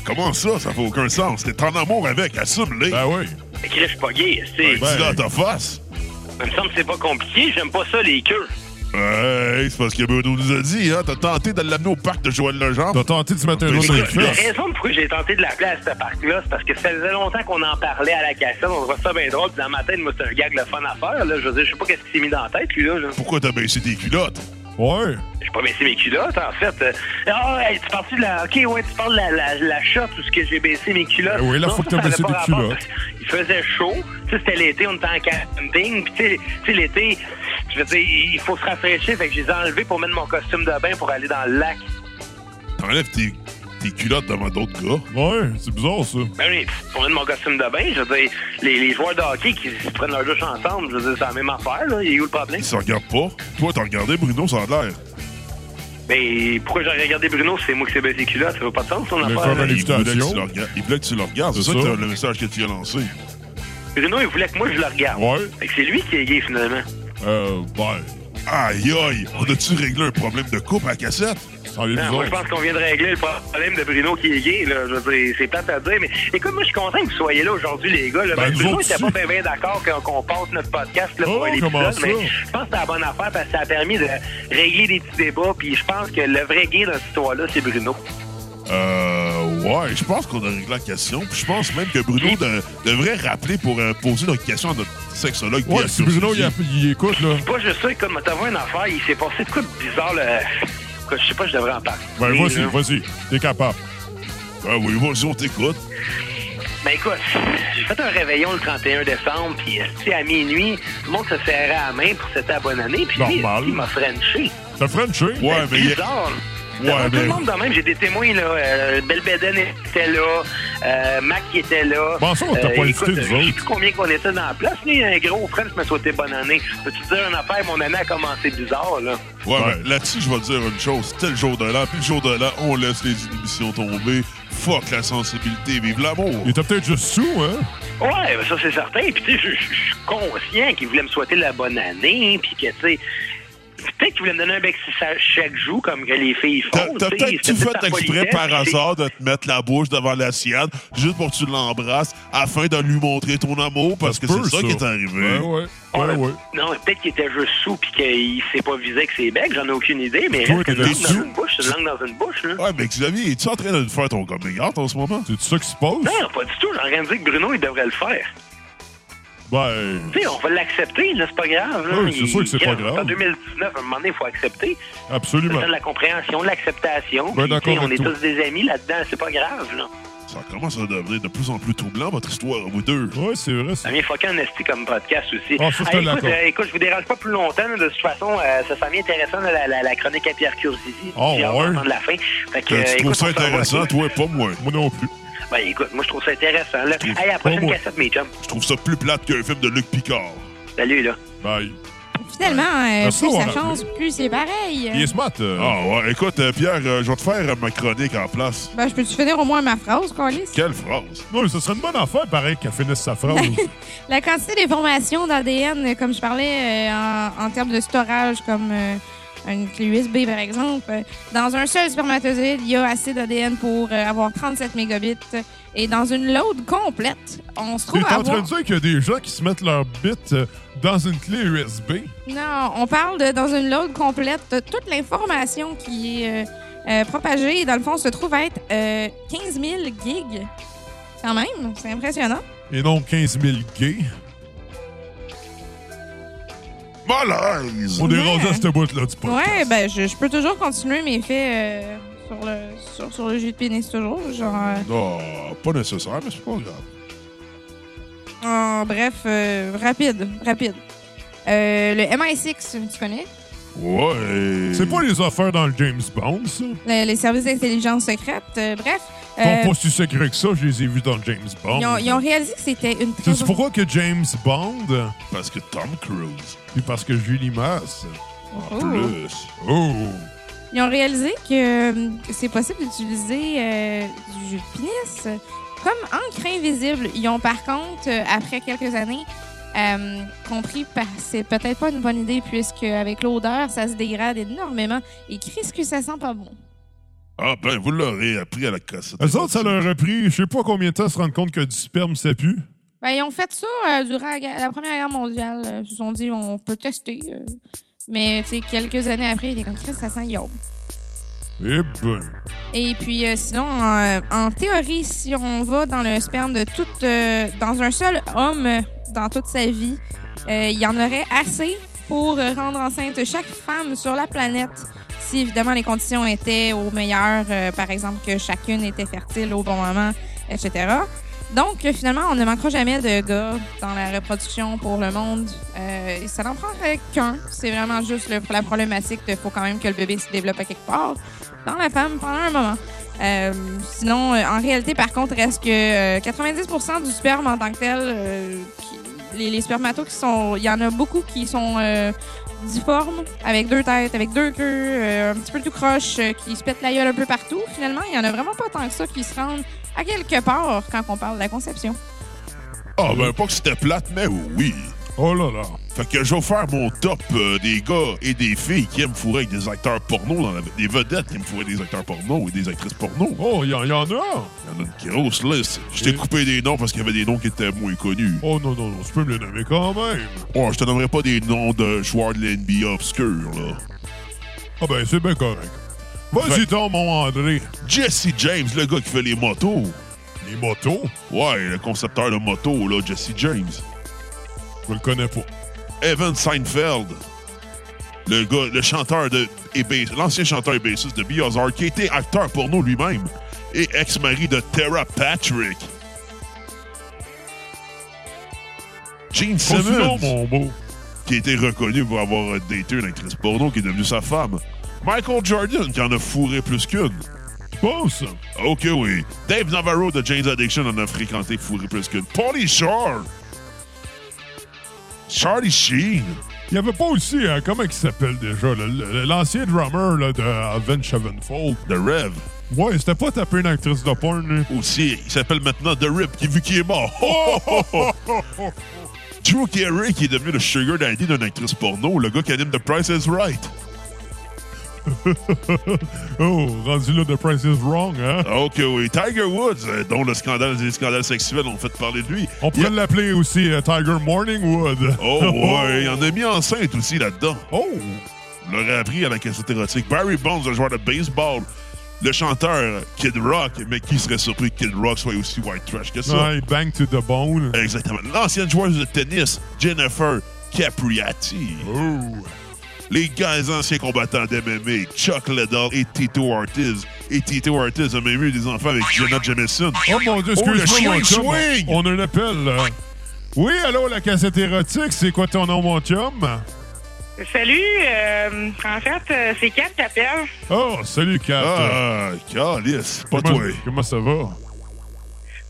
B: Comment ça? Ça fait aucun sens. T'es en amour avec, assume-les.
C: Ben oui.
G: Fait que là, je suis pas gay,
B: Ben,
G: c'est.
B: dis-le à ta face.
C: ben-
G: Il me semble que c'est pas compliqué, j'aime pas ça, les queues.
B: Hey, c'est parce que Bruno nous a dit, hein. T'as tenté de l'amener au parc de Joël Legendre.
C: T'as tenté de se mettre un
B: T'as
C: autre dans les
B: écrit-
G: La
C: fesses.
G: raison pourquoi j'ai tenté de l'appeler à ce parc-là, c'est parce que ça faisait longtemps qu'on en parlait à la cassette. On voit ça bien drôle. Puis dans ma tête, moi, c'est un gag le fun à faire. Là. Je veux dire, je sais pas qu'est-ce qui s'est mis dans la tête, lui, là. là.
B: Pourquoi t'as baissé tes culottes?
C: Ouais.
G: J'ai pas baissé mes culottes, en fait. Euh, Ah, hey, tu parles de la... OK, ouais, tu parles de la, la, la shot où ce que j'ai baissé mes culottes.
C: Eh oui, la fois que t'as
G: ça
C: baissé
G: avait pas
C: tes culottes.
G: rapport, parce que Il faisait chaud. Tu sais, c'était l'été, on était en camping. Puis, tu sais- tu sais, l'été, je veux dire, il faut se rafraîchir. Fait que je les ai enlevés pour mettre mon costume de bain pour aller dans le lac.
B: T'enlèves tes, tes culottes devant d'autres gars.
C: Ouais, c'est bizarre, ça.
G: Ben oui, pour mettre mon costume de bain, je veux dire, les, les joueurs de hockey qui se prennent leur douche ensemble, je veux dire, c'est la même affaire, là. Il y a eu le problème.
B: Ils se regardent pas. Toi, t'as regardé Bruno, ça a l'air.
G: Ben, pourquoi j'ai regardé Bruno, c'est moi qui s'est baissé les culottes, ça veut pas de sens, ton
C: Le
G: affaire.
C: fameux-
G: là.
B: Il voulait que tu
C: Félicitations.
B: le regardes. Il voulait que tu le regardes. C'est
C: C'est
B: ça, que
C: ça.
B: t'as- le message que tu as lancé.
G: Bruno, il voulait que moi je le regarde.
C: Ouais.
G: Fait que c'est lui qui est gay, finalement.
C: Euh, ouais.
B: Aïe aïe, on a-tu réglé un problème de couple à cassette?
C: Ça a l'air
G: Non, Ben, moi, je
C: bizarre.
G: pense qu'on vient de régler le problème de Bruno qui est gay, là. Je veux dire, c'est plate à dire, mais écoute, moi, je suis content que vous soyez là aujourd'hui, les gars. Là.
C: Ben,
G: Ben,
C: nous
G: Bruno
C: autres
G: était
C: aussi.
G: pas bien bien d'accord qu'on- qu'on passe notre podcast là,
C: Oh,
G: pour un
C: comment
G: épisode,
C: ça?
G: mais je pense que c'est la bonne affaire parce que ça a permis de régler des petits débats, puis je pense que le vrai gay dans cette histoire-là, c'est Bruno.
B: Euh, ouais, je pense qu'on a réglé la question. Puis je pense même que Bruno de- devrait rappeler pour euh, poser notre question à notre sexologue.
C: Ouais,
B: Pierre
C: si Bruno,
B: Curtier.
C: il, app- il écoute, là.
G: Pas juste ça, écoute, mais t'as vu une affaire, il s'est passé de quoi de bizarre, là. Écoute, Je sais pas, je devrais en parler.
C: Ben,
G: Mais,
B: hein.
C: vas-y,
G: là,
C: vas-y. T'es capable.
B: Ah oui, vas-y, on t'écoute.
G: Ben écoute, j'ai fait un réveillon le 31 décembre, puis esti, à minuit, tout le monde se serrait à la main pour cette bonne année, puis lui,
C: Normal.
G: esti, il m'a frenché.
C: T'as Frenché?
B: Ouais, mais il y a-
G: bizarre.
B: Ouais,
G: Devant Tout
B: mais-
G: le monde de même, j'ai des témoins, là. Euh, Belbeden était là, euh, Mac qui était là. Euh,
C: Bon, ça, on t'a pas invité,
G: écoute,
C: nous
G: Je sais
C: autres.
G: plus combien qu'on était dans la place, mais un gros frère me souhaitait bonne année. Peux-tu te dire une affaire, mon année a commencé bizarre, là.
B: Ouais, ben, là-dessus, je vais te dire une chose. C'était le jour de l'an, puis le jour de l'an, on laisse les inhibitions tomber. Fuck la sensibilité, vive l'amour.
C: Il était peut-être juste sous, hein?
G: Ouais, ben ça c'est certain. Puis tu sais, je je- je suis conscient qu'il voulait me souhaiter la bonne année, puis que tu sais. Peut-être qu'il voulait me donner un bec à chaque joue comme que les filles
B: T'as
G: font.
B: t'as
G: tu sais,
B: peut-être-tu
G: Oh, c'est
B: fait
G: par
B: exprès
G: politesse,
B: par
G: puis c'est-
B: hasard de te mettre la bouche devant la sienne juste pour que tu l'embrasses afin de lui montrer ton amour parce
C: se
B: que
C: peut,
B: c'est ça, qui est arrivé.
C: Ouais, ouais.
G: Ah,
C: Ouais,
G: ben,
C: ouais.
G: Non, mais peut-être qu'il était juste sous puis qu'il s'est pas visé avec ses becs, j'en ai aucune idée, mais
C: Toi,
G: reste une
C: t'étais
G: langue
C: sous?
G: dans une bouche, c'est une langue dans une bouche, là.
B: Ouais, mais Xavier, es-tu en train de faire ton coming out en ce moment?
C: C'est ça qui se passe?
G: Non, pas du tout, j'ai rien dit que Bruno, il devrait le faire.
C: Ben.
G: Tu sais, on va l'accepter, là, c'est pas grave. là.
C: Oui, c'est
G: Il-
C: sûr que c'est pas
G: regarde,
C: grave.
G: En 2019, à un moment donné, il faut accepter. Ça
C: Absolument.
G: donne la compréhension, l'acceptation.
C: Ben,
G: puis, tu sais,
C: d'accord
G: on
C: avec
G: est
C: toi.
G: tous des amis là-dedans, c'est pas grave, là.
B: Ça commence à devenir de plus en plus troublant, votre histoire, vous
G: Euh,
B: deux.
C: Ouais, c'est vrai, ça.
G: Ça vient fucking en esti comme podcast aussi.
C: Ah, ça, je te
G: écoute,
C: l'accorde.
G: euh, écoute, je vous dérange pas plus longtemps. là. De toute façon, euh, ça sent bien intéressant là, la, la, la chronique à Pierre Curzizi.
C: Oh,
G: J'ai hâte
C: ouais. Ben,
G: d'entendre la fin. Fait que,
B: Euh,
G: euh,
B: tu trouves
G: écoute,
B: ça
G: on se revoit.
B: intéressant, toi, et pas moi.
C: Moi non plus.
G: Ben écoute, moi je trouve ça intéressant. Là.
B: trouve
G: Hey, à la prochaine
C: moi.
G: cassette, mes chums.
B: Je trouve ça plus plate qu'un film de Luc Picard.
G: Salut, là.
C: Bye.
D: Finalement, euh,
C: Ah, ça,
D: plus
C: on
D: ça
C: l'a-
D: change, plus c'est pareil.
C: Il est smart. euh.
B: Ah ouais, écoute, euh, Pierre, euh, je vais te faire euh, ma chronique en place.
H: Ben, je peux-tu finir au moins ma phrase, Carlis?
B: Quelle phrase!
C: Non, mais ce serait une bonne affaire, pareil, qu'elle finisse sa phrase.
D: La quantité d'informations d'ADN, comme je parlais euh, en, en termes de storage, comme euh, une clé USB par exemple, euh, dans un seul spermatozoïde, il y a assez d'ADN pour euh, avoir 37 mégabits. Et dans une load complète, on se
C: T'es
D: trouve à
C: en train
D: avoir...
C: de dire qu'il y a des gens qui se mettent leur bit euh, dans une clé USB?
D: Non, on parle de, dans une load complète, toute l'information qui est euh, euh, propagée, dans le fond, se trouve à être euh, 15 000 gigs. Quand même, c'est impressionnant.
C: Et non 15 000 gays.
B: Malaise!
C: On est
D: Ouais.
C: rendu à cette boîte-là du podcast.
D: ben, Ouais, ben je, je peux toujours continuer mes faits euh, sur le, sur, sur le jus de pénis toujours. Genre, euh,
B: Non, Ah, pas nécessaire, mais c'est pas grave.
D: en bref, euh, rapide, rapide. Euh, le MI6, tu connais?
B: Ouais.
C: C'est pas les affaires dans le James Bond, ça.
D: Le- les services d'intelligence secrète, euh, bref.
C: Ils sont
D: euh,
C: pas si secrets que ça, je les ai vus dans le James Bond.
D: ils, ont, ils ont réalisé que c'était une très
C: C'est pourquoi que James Bond,
B: parce que Tom Cruise.
C: puis parce que Julie Masse.
D: Oh.
B: Plus.
C: Oh!
D: Ils ont réalisé que euh, c'est possible d'utiliser euh, du jus de pénis comme encre invisible. Ils ont par contre, euh, après quelques années, euh, compris que c'est peut-être pas une bonne idée puisque avec l'odeur, ça se dégrade énormément. Et Chris, que ça sent pas bon.
B: Ah ben, vous l'aurez appris à la cassette.
C: Eux autres, ça leur a pris, je sais pas combien de temps, se rendre compte que du sperme, ça pue.
D: Ben, ils ont fait ça euh, durant la, guerre- la Première Guerre mondiale. Euh, Ils se sont dit, on peut tester. euh. Mais tu sais, quelques années après, ils étaient comme Chris, ça sent yo.
C: Eh ben.
D: Et puis, euh, sinon, en, en théorie, si on va dans le sperme de toute, euh, dans un seul homme euh, dans toute sa vie, euh, il y en aurait assez pour euh, rendre enceinte chaque femme sur la planète. Si évidemment les conditions étaient aux meilleures, euh, par exemple que chacune était fertile au bon moment, etc. Donc euh, finalement, on ne manquera jamais de gars dans la reproduction pour le monde. Euh, ça n'en prendrait qu'un. C'est vraiment juste le- la problématique de faut quand même que le bébé se développe à quelque part dans la femme pendant un moment. Euh, sinon, euh, en réalité, par contre, reste que euh, 90% du sperme en tant que tel, euh, qui- les, les spermatos qui sont, il y en a beaucoup qui sont euh, difformes, avec deux têtes, avec deux queues, euh, un petit peu tout croche, euh, qui se pètent la gueule un peu partout. Finalement, il y en a vraiment pas tant que ça qui se rendent à quelque part quand on parle de la conception.
B: Ah ben, pas que c'était plate, mais oui.
C: Oh là là.
B: Fait que je vais faire mon top euh, des gars et des filles qui aiment fourrer avec des acteurs porno, dans la- des vedettes qui aiment fourrer avec des acteurs porno et des actrices porno.
C: Oh, il y, en- y en a!
B: Il y en a une grosse liste. Je t'ai coupé des noms parce qu'il y avait des noms qui étaient moins connus.
C: Oh non, non, non, tu peux me le nommer quand même.
B: Oh, je te donnerai pas des noms de joueurs de l'NBA obscurs, là.
C: Ah ben, c'est bien correct. Vas-y
B: Ouais.
C: donc, mon André.
B: Jesse James, le gars qui fait les motos.
C: Les motos,
B: Ouais, le concepteur de moto, là, Jesse James.
C: je le connais pas.
B: Evan Seinfeld, le gars, le chanteur de et bass- l'ancien chanteur et bassiste de Biohazard, qui était acteur pour nous lui-même, et ex-mari de Tara Patrick. Gene
C: Continuons,
B: Simmons,
C: mon beau.
B: qui a été reconnu pour avoir euh, daté une actrice porno qui est devenue sa femme. Michael Jordan, qui en a fourré plus qu'une.
C: Tu penses?
B: Ok, oui. Dave Navarro de Jane's Addiction en a fréquenté fourré plus qu'une. Paulie Shore. Charlie Sheen.
C: Il y avait pas aussi, euh, comment il s'appelle déjà, le- le- l'ancien drummer là, de Avenged Sevenfold.
B: The Rev.
C: Ouais, c'était pas tapé une actrice de porn, hein. lui.
B: aussi. Il s'appelle maintenant The Rip, qui vu qu'il est mort. Oh, oh, oh, oh, oh. Drew Carey, qui est devenu le sugar daddy d'une actrice porno, le gars qui anime The Price is Right.
C: Oh, rendu là, The Price is Wrong, hein?
B: Ok, Oh, oui. Tiger Woods, euh, dont le scandale des scandales sexuels ont fait parler de lui.
C: On
B: Il
C: pourrait
B: a-
C: l'appeler aussi euh, Tiger Morningwood.
B: Oh, ouais, il en a mis enceinte aussi là-dedans.
C: Oh!
B: On l'aurait appris à la cassette érotique. Barry Bonds, le joueur de baseball. Le chanteur Kid Rock, mais qui serait surpris que Kid Rock soit aussi white trash que ça?
C: Ouais, bang to the bone.
B: Exactement. L'ancienne joueuse de tennis, Jennifer Capriati.
C: Oh.
B: Les gars les anciens combattants d'MMA, Chuck Liddell et Tito Ortiz. Et Tito Ortiz a même eu des enfants avec Jenna Jameson.
C: Oh mon dieu,
B: Oh, le
C: excuse-moi,
B: swing,
C: mon chum.
B: swing!
C: On a un appel. là. Oui, allô, la cassette érotique, c'est quoi ton nom, mon chum?
E: Salut, euh, en fait, euh, c'est Kat qui appelle.
C: Oh, salut, Kat.
B: Ah, calice, pas
C: comment,
B: toi.
C: comment ça va?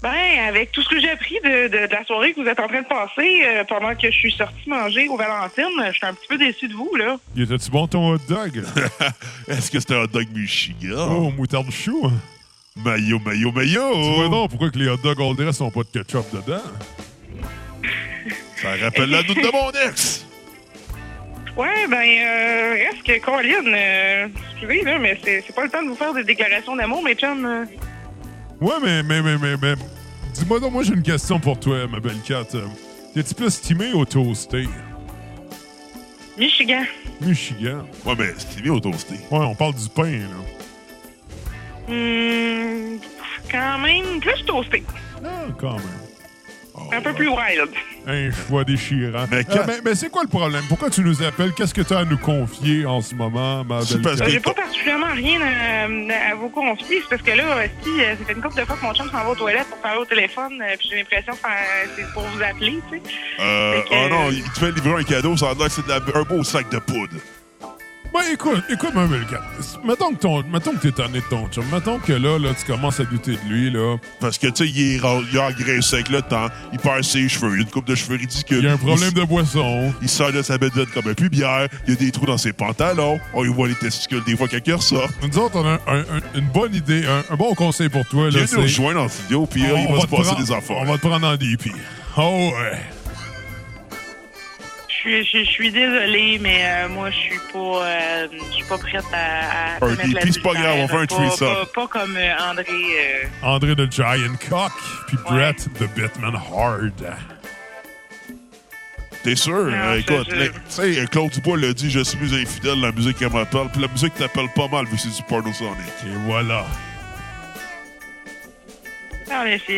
E: Ben, avec tout ce que j'ai appris de, de- de la soirée que vous êtes en train de passer euh, pendant que je suis sortie manger au Valentine, je suis un petit peu déçue de vous, là.
C: Il était-tu bon ton hot dog?
B: Est-ce que c'était un dog Michigan?
C: oh, moutarde chou.
B: Oh. Mayo, mayo,
C: Tu vois
B: mayo!
C: donc pourquoi que les hot dogs all dress n'ont pas de ketchup dedans?
B: Ça rappelle la doute de mon ex!
E: Ouais, ben, euh, est-ce que, Colin, euh, excusez, là, mais c'est c'est pas le temps de vous faire des déclarations d'amour, mais chum. euh,
C: Ouais, mais, mais, mais, mais, mais. Dis-moi donc, moi, j'ai une question pour toi, ma belle Kat. Euh, T'es-tu plus timé au toasté?
E: Michigan.
C: Michigan.
B: Ouais, mais c'était bien au toasté.
C: Ouais, on parle du pain, là.
E: Hmm, quand même, plus toasté.
C: Ah, quand même.
B: Oh,
E: Un peu plus wild.
C: Un choix déchirant.
B: Mais
C: Euh,
B: quand-
C: mais, mais c'est quoi le problème? Pourquoi tu nous appelles? Qu'est-ce que tu as à nous confier en ce moment, ma
B: C'est
C: belle
B: parce
C: Kat?
B: que-
I: J'ai pas particulièrement rien à, à vous confier. C'est parce que là, euh, si euh, ça fait une couple de fois que mon chum s'en va aux toilettes pour parler au téléphone, euh, puis j'ai l'impression que euh, c'est pour vous appeler, tu sais.
B: Euh,
I: Fait que-
B: oh non, il te fait livrer un cadeau, ça a l'air que c'est de la- un beau sac de poudre.
C: Ben écoute, écoute, ma belle Kat. Mettons que ton, mettons que t'es tanné de ton chum. Mettons que là, là, tu commences à douter de lui, là.
B: Parce que, tu sais, il est ra- il a engraissé avec le temps, il perd ses cheveux, il a une coupe de cheveux ridicule.
C: Il y a un
B: s-
C: problème de boisson.
B: Il sort de sa bedaine comme un pubière, il y a des trous dans ses pantalons, on lui voit les testicules des fois quand il ressort.
C: Nous autres, on a un- un- une bonne idée, un, un bon conseil pour toi, là.
B: Viens nous
C: c'est-
B: rejoindre en studio, puis là, il
C: on
B: va se
C: te
B: passer
C: prendre-
B: des affaires.
C: On va te prendre en DP. Oh, ouais.
I: Je suis- Je je suis désolée, mais euh, moi, je suis pas, euh, je suis pas prête à. à
B: Un
I: mettre la
B: hippie, c'est pas
I: lumière.
B: grave, on fait un
I: Pas-
B: threesome.
I: Pas, pas comme euh, André. euh,
C: André the Giant Cock, puis
I: Ouais.
C: Brett the Batman Hard.
B: T'es sûr? Euh,
I: je-
B: écoute,
I: je-
B: le- tu sais, Claude Dubois l'a dit, je suis plus infidèle, la musique qu'elle m'appelle, puis la musique t'appelle pas mal, vu que c'est du porno sonic.
C: Et voilà.
I: Non, mais c'est.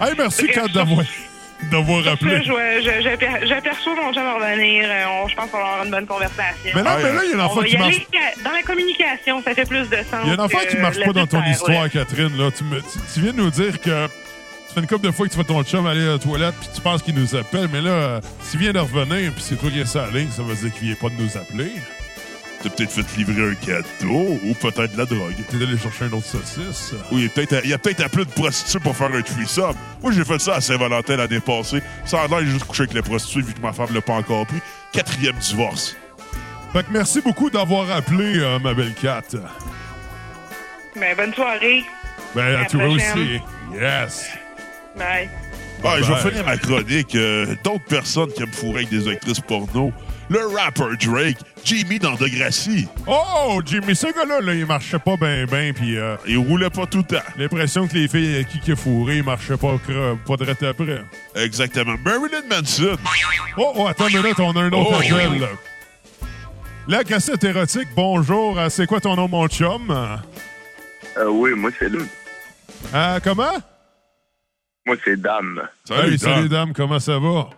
C: Hey, merci,
I: Ok.
C: Kat, d'avoir, d'avoir
I: Sur ça,
C: appelé.
I: je vois- je- j'aper- J'aperçois mon chum revenir. euh, on- Je pense qu'on va avoir une bonne conversation.
C: Mais non,
B: Hey,
C: mais là, il y a un
I: on
C: enfant
I: va
C: qui
I: y
C: marche.
I: aller ca- dans la communication, ça fait plus de sens.
C: Il y a un enfant
I: que
C: qui marche
I: la
C: pas dans ton
I: petite sœur,
C: histoire, Catherine. Là. Tu, me- tu- tu viens de nous dire que tu fais une couple de fois que tu fais ton chum aller à la toilette puis tu penses qu'il nous appelle, mais là, euh, s'il vient de revenir puis c'est toi qui es sur la ligne, ça veut dire qu'il vient pas de nous appeler.
B: T'as peut-être fait livrer un cadeau, ou peut-être de la drogue.
C: T'es allé chercher un autre saucisse.
B: Ou il y a peut-être il a peut-être appelé de prostituées pour faire un threesome. Moi, j'ai fait ça à Saint-Valentin l'année passée. Ça a l'air, j'ai juste couché avec les prostituées vu que ma femme l'a pas encore pris. Quatrième divorce.
C: Fait que merci beaucoup d'avoir appelé, euh, ma belle Kat.
I: ouais. Ben, bonne soirée.
C: Ben, à
I: la
C: toi aussi.
I: prochaine.
C: Yes.
I: Bye.
B: Ah, je vais
C: Bye.
B: finir ma chronique. euh, D'autres personnes qui me fourraient avec des actrices porno. Le rapper Drake, Jimmy dans Degrassi.
C: Oh, Jimmy, ce gars-là, là, il marchait pas bien, bien, puis euh,
B: Il roulait pas tout le temps.
C: l'impression que les filles à qui qui a fourré ils marchaient pas, cre- pas direct après.
B: Exactement. Marilyn Manson.
C: Oh, oh, attends une minute, on a un autre
B: Oh.
C: appel. là. La cassette érotique, bonjour. euh, C'est quoi ton nom, mon chum?
J: Euh, oui, moi c'est Lou.
C: Euh, comment?
J: Moi c'est Dame.
C: Hey,
B: Dan.
C: salut, dame, comment ça va?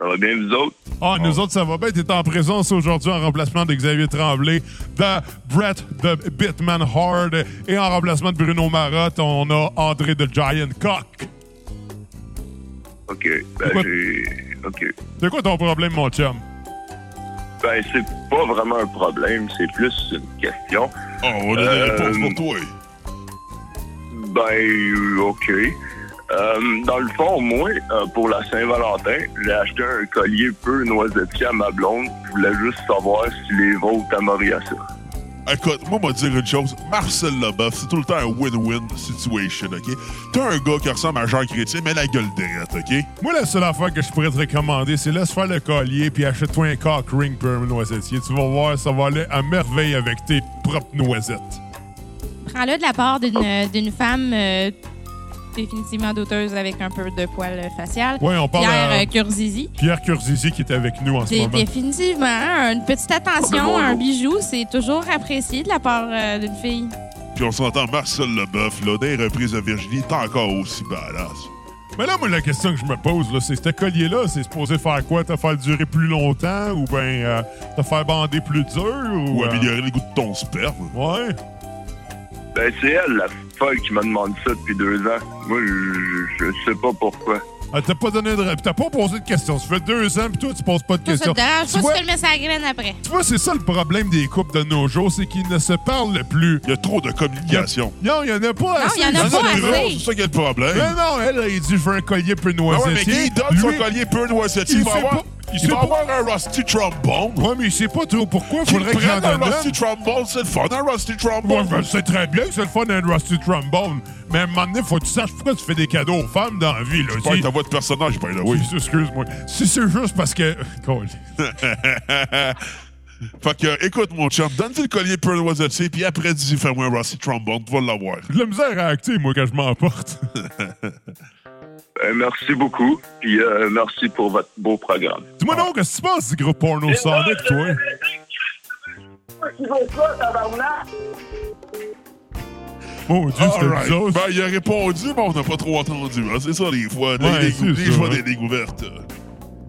J: Ça va bien vous autres?
C: Ah, nous autres, ça va bien. T'es en présence aujourd'hui en remplacement de Xavier Tremblay, de Brett de Bitman Hard et en remplacement de Bruno Marotte, on a André de Giant Cock.
J: Ok. Ben,
C: Quoi?
J: j'ai- ok.
C: C'est quoi ton problème, mon chum?
J: Ben c'est pas vraiment un problème, c'est plus une question.
B: Oh, on a des
J: Euh,
B: réponses pour toi.
J: Ben ok. Euh, dans le fond, moi, euh, pour la Saint-Valentin, j'ai acheté un collier peu noisettier à ma blonde. Je voulais juste savoir si les vôtres à Moria ça.
B: Écoute, Bah, moi, m'a dire une chose. Marcel Leboeuf, c'est tout le temps un win-win situation, OK? T'as un gars qui ressemble à Jean Chrétien, mais la gueule drette, OK?
C: Moi, la seule affaire que je pourrais te recommander, c'est laisse faire le collier puis achète-toi un cock ring pour un noisetier. Tu vas voir, ça va aller à merveille avec tes propres noisettes.
D: Prends-le de la part d'une d'une femme euh, définitivement douteuse avec un peu de poil euh, facial.
C: Ouais, on parle
D: Pierre
C: à
D: euh, Curzizi.
C: Pierre Curzizi qui est avec nous en ce
D: Dé-
C: moment.
D: Définitivement, une petite attention, un bijou, c'est toujours apprécié de la part euh, d'une fille.
B: Puis on s'entend Marcel Leboeuf, là, des reprises de Virginie, t'es encore aussi badass.
C: Mais là, moi, la question que je me pose, là, c'est ce collier-là, c'est supposé faire quoi? Te faire durer plus longtemps ou bien euh, te faire bander plus dur? Ou,
B: Ou
C: euh,
B: améliorer le goût de ton sperme.
C: ouais.
J: Ben c'est elle, la folle, qui m'a demandé ça depuis deux ans. Moi, je, je sais pas pourquoi.
C: Elle t'a pas donné de... Ah, T'as pas posé de questions. Ça fait deux ans, puis toi, tu poses pas de
D: Toi, ça
C: questions.
D: te dérange
C: Tu
D: pas,
C: vois-
D: tu te le mets sur la graine après.
C: tu vois, c'est ça le problème des couples de nos jours, c'est qu'ils ne se parlent plus.
B: Il y a trop de communication.
C: Non, il y en a pas assez.
D: il y en a pas
C: Ils sont
D: assez.
C: gros.
B: trop, c'est ça qui est le problème.
C: Mais non, elle, elle, il dit je veux un collier peu
B: Ah ouais, mais
C: noisetier.
B: qui donne son
C: Lui-
B: collier peu noisetier?
C: il
B: Il va
C: sait
B: avoir,
C: pas- il
B: il
C: sait
B: va
C: pas.
B: avoir un rusty trombone.
C: Ouais, mais il sait pas trop pourquoi.
B: Qu'il
C: Faudrait qu'il en
B: prenne un
C: donne un.
B: rusty trombone, c'est le fun, un rusty
C: Moi,
B: trombone.
C: je sais très bien que c'est le fun d'un rusty trombone, mais à un moment donné, faut que tu saches pourquoi tu fais des cadeaux aux femmes dans la vie, là.
B: Pas
C: Si-
B: ta voix de personnage, by the way.
C: Oui, excuse-moi. Si c'est juste parce que. Cool.
B: fait que, écoute, mon chum, donne-lui le collier peu noisetier, puis après, dis-y, fais-moi un rusty trombone, tu vas l'avoir.
C: J'ai de la misère à acter, moi, quand je m'emporte.
J: Ben, merci beaucoup, puis euh, merci pour votre beau programme.
C: Dis-moi donc, qu'est-ce que tu penses du groupe porno Sonic, toi? Mon Dieu, c'était
B: Alright.
C: bizarre.
B: Ben, il a répondu, mais on n'a pas trop entendu. hein. C'est ça, des fois. Des,
C: Ouais,
B: des-
C: c'est
B: des
C: ça,
B: choix
C: hein.
B: des lignes ouvertes.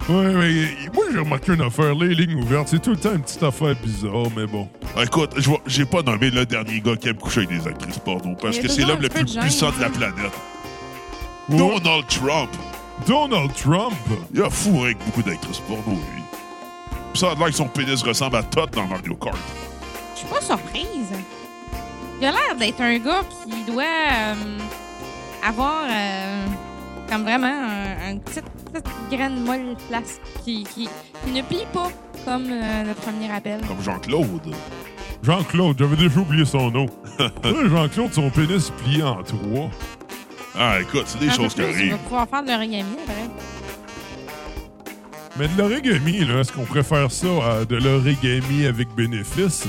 C: Ouais, mais euh, moi, j'ai remarqué une affaire. Les lignes ouvertes, c'est tout le temps une petite affaire bizarre, mais bon.
B: Ben, Écoute, je vois- j'ai pas nommé le dernier gars qui aime coucher avec des actrices porno parce
C: Il y a
B: que c'est
C: toujours
B: l'homme
C: un
B: le
C: peu
B: plus
C: de gêne,
B: puissant de la
C: hein.
B: planète. Donald Trump.
C: Donald Trump?
B: Il a fourré avec beaucoup d'actrices porno, lui. Puis Ça a l'air que son pénis ressemble à Todd dans Mario Kart.
D: Je suis pas surprise. Il a l'air d'être un gars qui doit euh, avoir euh, comme vraiment un- une petite, petite graine molle place qui, qui, qui ne plie pas comme euh, notre premier appel.
B: Comme Jean-Claude.
C: Jean-Claude, j'avais déjà oublié son nom. Là, Jean-Claude, son pénis plié en trois.
B: Ah, écoute, c'est des
D: Un peu
B: choses qui
D: plus, Il va
B: arrivent.
D: pouvoir faire de l'origami après.
C: Mais de l'origami, là, est-ce qu'on préfère ça à de l'origami avec bénéfice?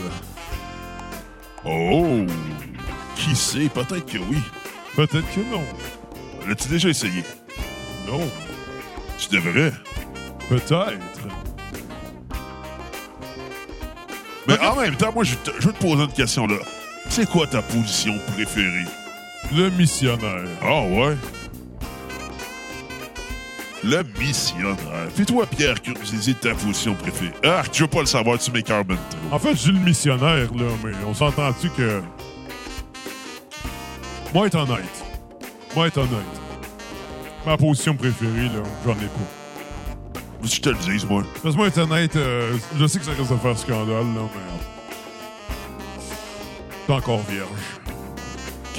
B: Oh! Qui sait? Peut-être que oui.
C: Peut-être que non.
B: L'as-tu déjà essayé?
C: Non.
B: Tu devrais.
C: Peut-être.
B: Mais en même temps, moi, je, te- je veux te poser une question, là. C'est quoi ta position préférée?
C: Le missionnaire.
B: Ah, ouais? Le missionnaire. Puis toi, Pierre, curiosité de ta position préférée. Ah, tu veux pas le savoir, tu m'écœures même trop.
C: En fait, j'ai le missionnaire, là, mais on s'entend-tu que. Moi, être honnête. Moi, être honnête. Ma position préférée, là, j'en ai pas.
B: Veux-tu que Je te le dis, moi.
C: Parce que moi, être honnête, euh, je sais que ça risque de faire scandale, là, mais. T'es encore vierge.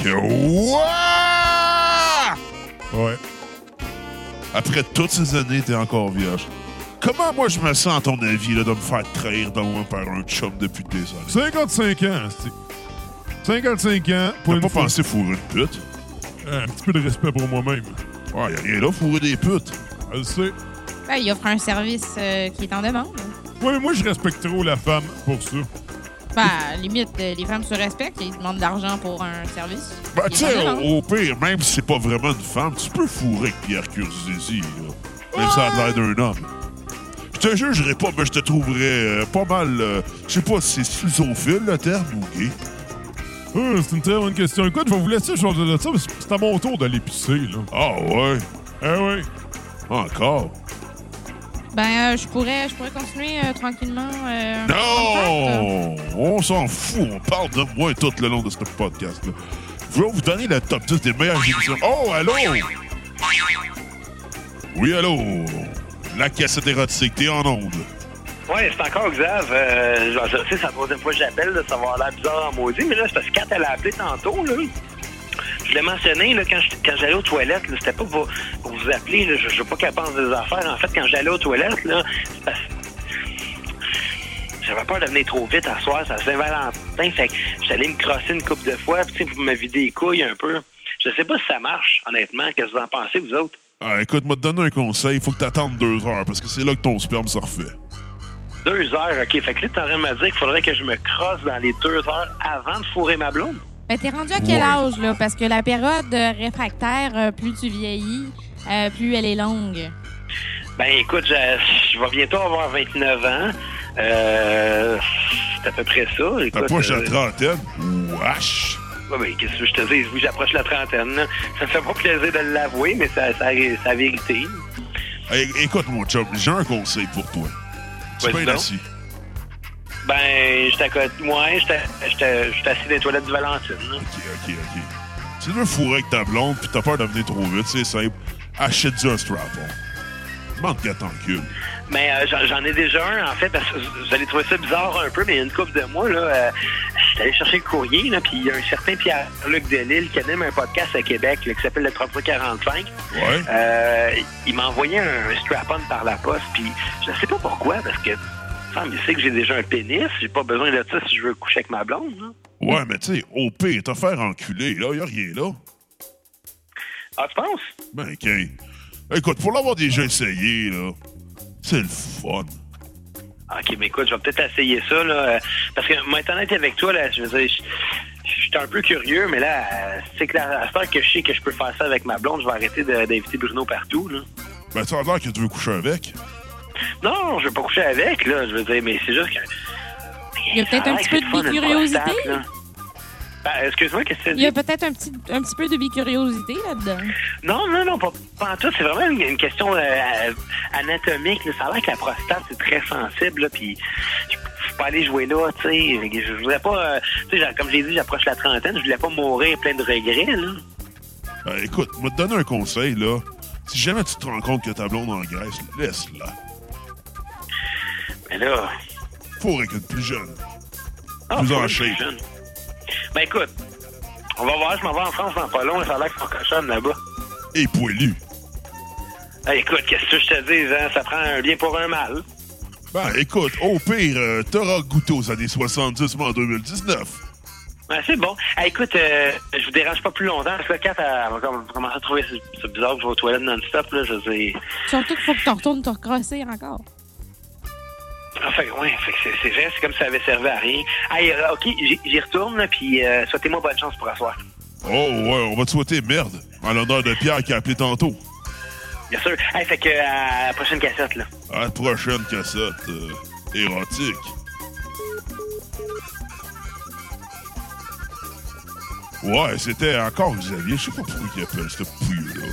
B: Que ouah!
C: Ouais.
B: Après toutes ces années, t'es encore vierge. Comment moi je me sens, à ton avis, là, de me faire trahir dans moi par un chum depuis des années?
C: 55 ans, c'est. 55 ans,
B: T'as
C: pour une
B: pas
C: fois-
B: pensé fourrer une pute?
C: Euh, Un petit peu de respect pour moi-même.
B: Ouais, y a rien là, fourrer des putes.
C: Elle sait.
D: Ben, il offre un service euh, qui est en demande.
C: Ouais, mais moi, je respecte trop la femme pour ça.
D: Ben, limite, euh, les femmes se respectent et ils demandent de l'argent pour un service.
B: Ben,
D: Ils
B: tu sais,
D: sont
B: au,
D: violents.
B: au pire, même si c'est pas vraiment une femme, tu peux fourrer avec Pierre Curzizi, là. Même si ça a l'air d'un homme. Je te jugerai pas, mais je te trouverais euh, pas mal. euh, je sais pas si c'est schizophile, le terme, ou gay.
C: Euh, c'est une très bonne question. Écoute, je vais vous laisser je vais de ça, parce que c'est à mon tour d'aller pisser, là.
B: Ah, ouais.
C: Eh oui.
B: Encore.
D: Ben, euh, je pourrais, je pourrais continuer euh, tranquillement. euh,
B: Non! On s'en fout, on parle de moi tout le long de ce podcast-là. Je vais vous donner le top 10 des meilleures émissions. Oh, allô? Oui, allô? La cassette érotique, t'es en onde.
G: Ouais, c'est encore Xav. Euh, genre, ça- tu sais, c'est la troisième fois que j'appelle, là, ça va avoir l'air bizarre en maudit, mais là, c'est parce que quand elle a appelé tantôt, là, je l'ai mentionné, là, quand, je- quand j'allais aux toilettes, là, c'était pas pour, pour vous appeler, là, je, je veux pas qu'elle pense des affaires. En fait, quand j'allais aux toilettes, là, c'est parce- j'avais peur de venir trop vite à soir, c'est à Saint-Valentin, fait que j'allais me crosser une couple de fois, puis, tu sais, pour me vider les couilles un peu. Je sais pas si ça marche, honnêtement. Qu'est-ce que vous en pensez, vous autres?
B: Ah, écoute, moi, te donner un conseil. Faut que t'attendes deux heures parce que c'est là que ton sperme se refait.
G: Deux heures, OK. Fait que là, t'es en train de me dire qu'il faudrait que je me crosse dans les deux heures avant de fourrer ma blonde.
D: Ben, t'es rendu à quel
G: Ouais.
D: âge, là? Parce que la période euh, réfractaire, euh, plus tu vieillis, euh, plus elle est longue.
G: Ben, écoute, je, je vais bientôt avoir 29 ans. Euh, c'est à peu près ça. Écoute,
B: T'approches la
G: euh,
B: trentaine. Wesh!
G: ouais, ben, qu'est-ce que je te dis? Oui, j'approche la trentaine. là. Ça me fait pas plaisir de l'avouer, mais ça, ça, c'est la vérité.
B: Hey, écoute, mon chum, j'ai un conseil pour toi. Tu
G: Vas-y
B: peux être
G: donc.
B: assis.
G: Ben, je t'accorde. Moi, je suis assis dans les toilettes de Valentine. là.
B: Ok, ok. Si tu veux fourrer avec ta blonde puis t'as peur de venir trop vite, c'est simple. Achète-tu un strap-on. Demande qu'elle t'encule.
G: Mais euh, j'en- j'en ai déjà un, en fait, parce que vous allez trouver ça bizarre un peu, mais il y a une couple de mois, là, euh, j'étais allé chercher le courrier, là, puis il y a un certain Pierre-Luc Delisle qui anime un podcast à Québec là, qui s'appelle Le 345.
B: Ouais.
G: Euh, il m'a envoyé un, un strap-on par la poste, puis je sais pas pourquoi, parce que ça me sait que j'ai déjà un pénis, j'ai pas besoin de ça si je veux coucher avec ma blonde. là.
B: Ouais, mais tu sais, au pire, t'as faire enculer, là, y a rien là.
G: Ah, tu penses?
B: Ben, ok. Écoute, pour l'avoir déjà essayé, là, c'est le fun.
G: OK, mais écoute, je vais peut-être essayer ça, là. euh, Parce que, moi, être honnête avec toi, là, je veux dire, je, je suis un peu curieux, mais là, euh, c'est que la, à cette heure que je sais que je peux faire ça avec ma blonde, je vais arrêter de- d'inviter Bruno partout, là.
B: Ben, ça a l'air que tu veux coucher avec.
G: Non, je vais pas coucher avec, là, je veux dire, mais c'est juste que...
D: Il y a peut-être
G: ça a
D: un
G: l'air
D: petit peu
G: que c'est
D: de
G: le fun, une
D: bicuriosité.
G: prostate, là. Ben, excuse-moi, qu'est-ce que tu
D: Il y a peut-être un petit, un petit peu de bicuriosité là-dedans.
G: Non, non, non, pas, pas en tout. C'est vraiment une, une question euh, euh, anatomique. là. Ça a l'air que la prostate, c'est très sensible. Là, puis je je peux pas aller jouer là, tu sais. Je, je voulais pas... euh, tu sais, genre, comme j'ai dit, j'approche la trentaine. Je voulais pas mourir plein de regrets, là.
B: Ben, écoute, je vais te donner un conseil, là. Si jamais tu te rends compte que ta blonde en Grèce, laisse-la.
G: Mais là...
B: Faut qu'elle plus jeune.
G: Ah,
B: plus
G: faut
B: en
G: être plus
B: shape.
G: jeune. Ben, écoute, on va voir. Je m'en vais en France dans pas long. Ça a l'air qu'ils sont cochonnes là-bas.
B: Et poilu.
G: Hey, écoute, qu'est-ce que je te dis, hein? Ça prend un bien pour un mal.
B: Ben, écoute, au pire, euh, t'auras goûté aux années 70, mais en 2019.
G: Ouais, c'est bon. Ah, écoute, euh, je vous dérange pas plus longtemps parce que la Kat, elle va comme- commencer à trouver ça c'est bizarre que je vais aux toilettes non-stop. Là, je sais.
D: Surtout qu'il faut que tu retournes te recrosser encore.
G: Enfin, ouais, Ah, fait que c'est, c'est vrai, c'est comme si ça avait servi à rien. Ah, et, euh, ok, j'y, j'y retourne, là, puis euh, souhaitez-moi bonne chance pour asseoir.
B: Oh, ouais, on va te souhaiter merde. En l'honneur de Ben, Pierre qui a appelé tantôt.
G: Bien sûr. Ah, fait que euh, à la prochaine cassette, là.
B: À la prochaine cassette euh, érotique. Ouais, c'était encore Xavier. Je sais pas pourquoi il appelle ce pouilleux-là.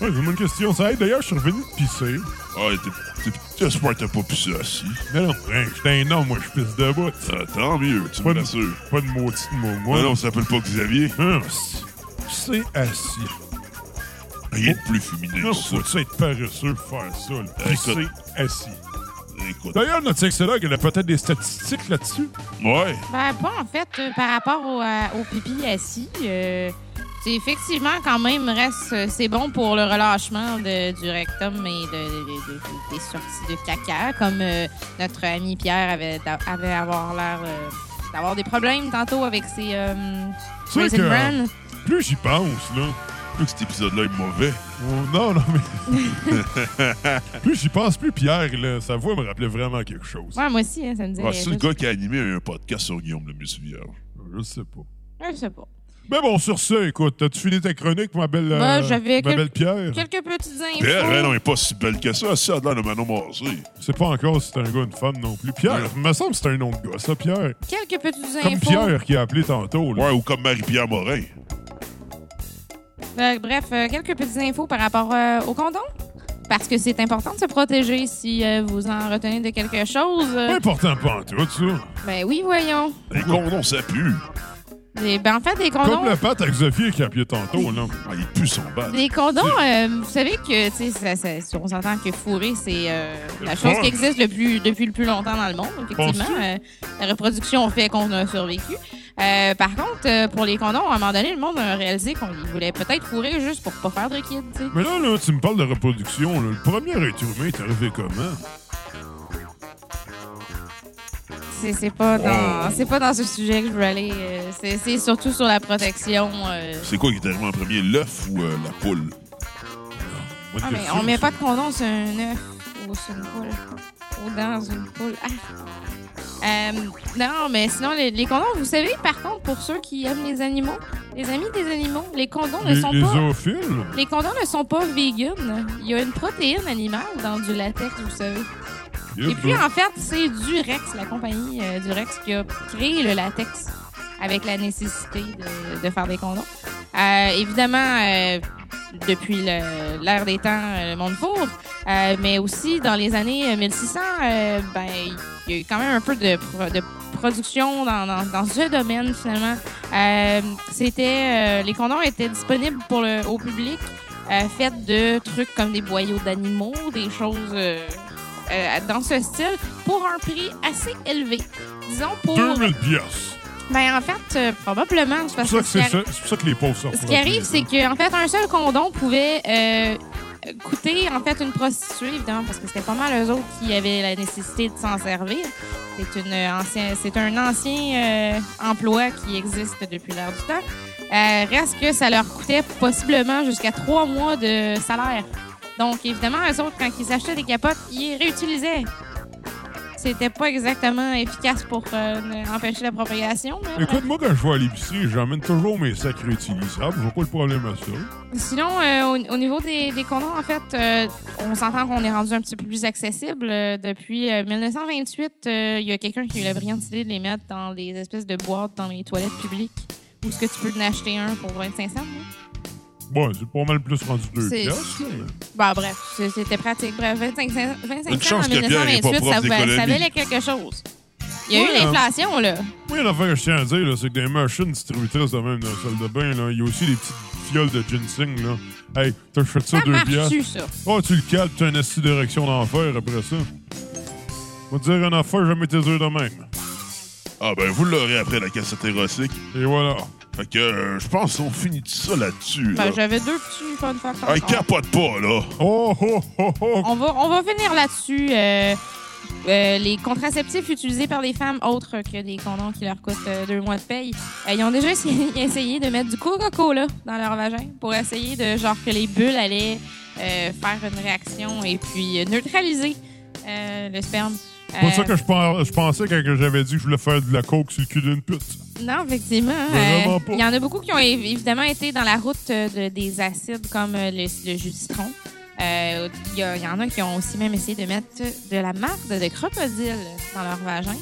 C: Ouais, j'ai une question. Ça aide. D'ailleurs, je suis revenu de pisser.
B: Ah, t'es- t'es- j'espère que t'as pas pissé assis.
C: Mais non, hein, j'étais un homme, moi, je pisse debout.
B: Ah, tant mieux, tu
C: Pas
B: me
C: de-
B: rassures.
C: Pas de maudit de mot, moi.
B: Non, non, ça s'appelle pas Xavier.
C: Hum, c'est- c'est assis.
B: Rien de plus féminin
C: Non,
B: que ça.
C: faut être paresseux pour faire ça, là. Pisser
B: écoute.
C: assis.
B: Écoute.
C: D'ailleurs, notre sexologue, elle a peut-être des statistiques là-dessus.
B: Ouais.
D: Ben, pas en fait, euh, par rapport au, à- au pipi assis. euh, c'est effectivement quand même reste. euh, C'est bon pour le relâchement de- du rectum et de, de- de- de- des sorties de caca, comme euh, notre ami Pierre avait, d'a- avait avoir l'air euh, d'avoir des problèmes tantôt avec ses euh,
C: Tu sais
D: Raisin
C: que-
D: Bran.
C: Plus j'y pense, là.
B: Plus que cet épisode-là est mauvais.
C: Oh, non, non, mais. plus j'y pense, plus Pierre, là, sa voix me rappelait vraiment quelque chose.
D: Ouais, moi aussi, hein, ça me dit.
B: Ah, c'est le gars qui a animé un podcast sur Guillaume le Musilleur.
C: Je sais pas.
D: Ouais, je sais pas.
C: Mais bon, sur ce, écoute, as-tu fini ta chronique, ma belle, euh,
D: Ben, j'avais
C: ma
D: quel-
C: belle Pierre?
D: Quelques petites infos.
B: Pierre, elle, non, elle est pas si belle que ça. Ça a l'air de Manon Massé.
C: C'est pas encore si c'est un gars ou une femme non plus. Pierre,
B: Ouais.
C: il me semble que c'est un nom de gars, ça, Pierre.
D: Quelques petites
C: Comme
D: infos.
C: Pierre qui a appelé tantôt, là.
B: Ouais, ou comme Marie-Pierre Morin.
D: Euh, bref, euh, quelques petites infos par rapport euh, au condom. Parce que c'est important de se protéger si euh, vous en retenez de quelque chose.
C: Pas
D: Euh,
C: important pas en tout, ça.
D: ben oui, voyons.
B: Les condoms, ça pue.
D: Des- ben en fait, des
C: Comme
D: condoms.
C: la patte à Xavier qui a appelé tantôt, là.
B: Ah, il pue son bal.
D: Des condoms, euh, vous savez que, tu sais, ça- ça- si on s'entend que fourrer, c'est euh, la chose
B: fun.
D: qui existe le plus, depuis le plus longtemps dans le monde, effectivement.
C: Penses-tu?
D: Euh, la reproduction fait qu'on a survécu. Euh, par contre, euh, pour les condoms, à un moment donné, le monde a réalisé qu'on y voulait peut-être fourrer juste pour pas faire de kids, tu sais.
C: Mais là, là, tu me parles de reproduction, là. Le premier être humain est arrivé comment?
D: C'est, c'est pas
C: Oh.
D: dans c'est pas dans ce sujet que je veux aller. euh, C'est, c'est surtout sur la protection. euh.
B: C'est quoi qui est arrivé en premier, l'œuf ou euh, la poule?
C: Ah, Bonne
D: Ah, mais
C: question,
D: on met
C: ça.
D: pas de condom sur un œuf ou sur une poule ou dans une poule. Ah. Euh, non, mais sinon les, les condoms, vous savez, par contre, pour ceux qui aiment les animaux, les amis des animaux, les condoms ne
C: Les,
D: sont
C: les
D: pas
C: zoophiles?
D: les condoms ne sont pas vegan. Il y a une protéine animale dans du latex, vous savez. Et puis, en fait, c'est Durex, la compagnie euh, Durex, qui a créé le latex avec la nécessité de, de faire des condoms. Euh, évidemment, euh, depuis le- l'ère des temps, euh, le monde fourre, euh, mais aussi dans les années euh, 1600, euh, ben, il y a eu quand même un peu de, pro- de production dans, dans, dans ce domaine, finalement. Euh, C'était euh, Les condoms étaient disponibles pour le, au public, euh, faits de trucs comme des boyaux d'animaux, des choses... euh, euh, dans ce style pour un prix assez élevé. Disons pour.
C: 2000 piastres.
D: Ben, en fait, euh, probablement. c'est
C: C'est
D: parce
C: pour, ça
D: que ce
C: que
D: qui,
C: c'est
D: arri-
C: ça- c'est pour ça que les pauvres sont
D: ce qui arrive, c'est qu'en fait, un seul condom pouvait euh, coûter en fait une prostituée, évidemment, parce que c'était pas mal eux autres qui avaient la nécessité de s'en servir. C'est une euh, ancien, c'est un ancien euh, emploi qui existe depuis l'ère du temps. Euh, reste que ça leur coûtait possiblement jusqu'à trois mois de salaire. Donc, évidemment, eux autres, quand ils achetaient des capotes, ils réutilisaient. C'était pas exactement efficace pour euh, ne- empêcher la propagation. là.
C: Écoute, moi, quand je vais à l'épicerie, j'emmène toujours mes sacs réutilisables. Je vois pas le problème à ça.
D: Sinon, euh, au, au niveau des, des condoms, en fait, euh, on s'entend qu'on est rendu un petit peu plus accessible. Euh, depuis euh, 1928, euh, il y a quelqu'un qui a eu la brillante idée de les mettre dans des espèces de boîtes dans les toilettes publiques. Ou est-ce que tu peux en acheter un pour 25 cents? hein? là?
C: Bon, c'est pas mal plus rendu deux
D: C'est-
C: piastres. là, mais-
D: Bon, Bah, bref, c'est- c'était pratique. Bref, 25, cents- 25
C: Une
D: cents
C: chance
D: en
C: que Pierre est pas
D: 1928,
C: prof
D: ça, valait- ça
C: d'économie.
D: valait quelque chose. Il y a
C: Ouais,
D: eu
C: hein.
D: l'inflation, là.
C: Oui, l'affaire que je tiens à dire, là, c'est que des machines distributrices de même dans la salle de bain, là, il y a aussi des petites fioles de ginseng. Là. Hey, t'as fait ça,
D: Ça
C: deux
D: marche-tu,
C: bières.
D: ça?
C: Oh, tu le calmes, t'as un esti d'érection d'enfer après ça. On va te dire une affaire, jamais tes yeux de même.
B: Ah ben, vous l'aurez après la cassette érotique.
C: Et voilà.
B: Fait que euh, je pense qu'on finit tout ça là-dessus. Là.
D: Ben, j'avais deux petits fun facts.
B: Ah,
D: encore.
B: capote pas, là.
C: Oh, oh, oh, oh.
D: On va, on va venir là-dessus. euh, euh, les contraceptifs utilisés par les femmes, autres que des condoms qui leur coûtent euh, deux mois de paye, euh, ils ont déjà essayé, essayé de mettre du Coca-Cola dans leur vagin pour essayer de genre que les bulles allaient euh, faire une réaction et puis euh, neutraliser euh, le sperme.
C: C'est pas
D: Euh,
C: ça que je, pens- je pensais quand que j'avais dit que je voulais faire de la coke sur le cul d'une pute.
D: Non, effectivement.
C: Vraiment
D: euh,
C: pas.
D: Il y en a beaucoup qui ont évi- évidemment été dans la route euh, de- des acides comme euh, le, le jus de citron. Euh, Il y, a- il y en a qui ont aussi même essayé de mettre de la marde de crocodile dans leur vagin.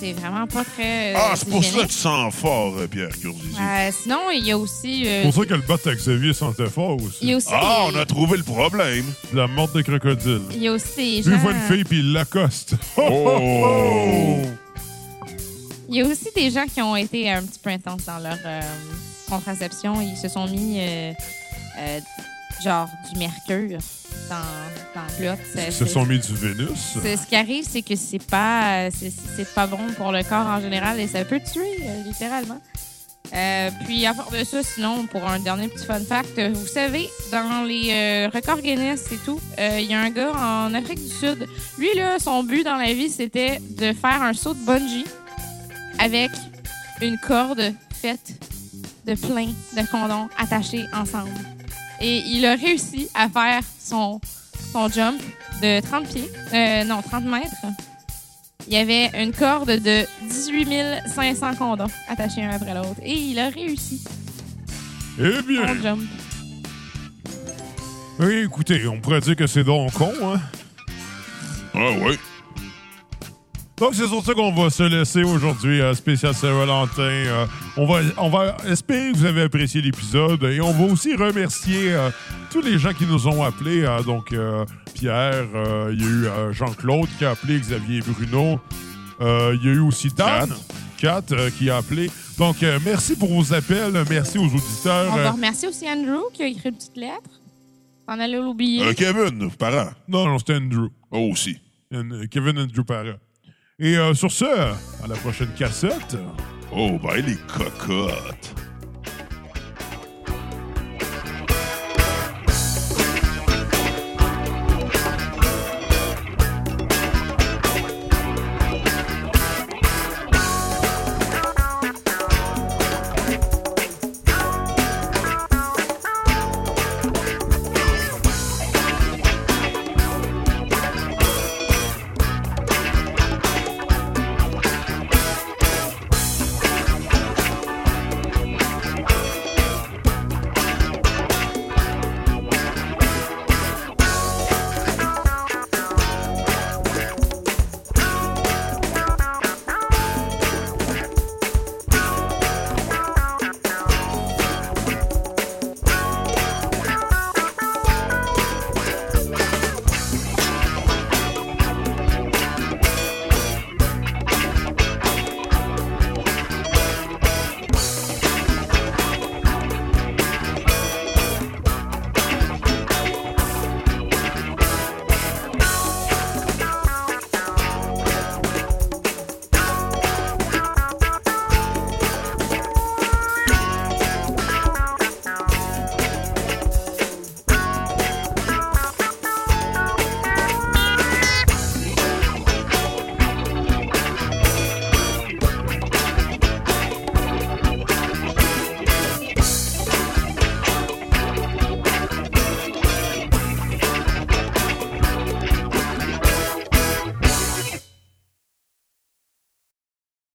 D: C'est vraiment pas très. euh,
B: Ah, c'est pour
D: hygiénique.
B: ça que tu sens fort, euh, Pierre Curzizi.
D: Euh, sinon, il y a aussi. euh,
C: C'est pour ça que le bat avec Xavier sentait fort aussi.
D: Il y a aussi-
B: Ah, on a trouvé le problème.
C: De La mort des crocodiles.
D: il y a aussi des
C: Lui, il
D: gens.
C: voit une fille puis il l'accoste. Oh,
B: oh,
D: Il y a aussi des gens qui ont été un petit peu intenses dans leur euh, contraception. Ils se sont mis, euh, euh, genre, du mercure dans, dans l'autre.
C: Ils se sont mis du Vénus.
D: C'est- ce qui arrive, c'est que c'est pas, euh, c'est- c'est pas bon pour le corps en général et ça peut tuer, euh, littéralement. Euh, puis, à part de ça, sinon, pour un dernier petit fun fact, euh, vous savez, dans les euh, records Guinness et tout, euh, il y a un gars en Afrique du Sud. Lui, là, son but dans la vie, c'était de faire un saut de bungee avec une corde faite de plein de condoms attachés ensemble. Et il a réussi à faire son, son jump de 30 pieds, euh, non, 30 mètres. Il y avait une corde de 18 500 condoms attachés un après l'autre. Et il a réussi
C: Eh bien,
D: son jump.
C: oui, écoutez, on pourrait dire que c'est donc con, hein?
B: Ah ouais.
C: Donc, c'est sur ça qu'on va se laisser aujourd'hui, euh, spécial Saint-Valentin. Euh, on, va, on va espérer que vous avez apprécié l'épisode et on va aussi remercier euh, tous les gens qui nous ont appelés. hein. donc, euh, Pierre, euh, il y a eu euh, Jean-Claude qui a appelé, Xavier et Bruno. Euh, Il y a eu aussi Dan, Kat, euh, qui a appelé. Donc, euh, merci pour vos appels. Merci aux auditeurs.
D: On
C: Euh,
D: va remercier aussi Andrew qui a écrit une petite lettre. On allait l'oublier.
B: Euh, Kevin, parent.
C: non, non, c'était Andrew.
B: Oh, aussi.
C: And- Kevin Andrew Parra. Et euh, sur ce, à la prochaine cassette.
B: Oh, ben, les cocottes.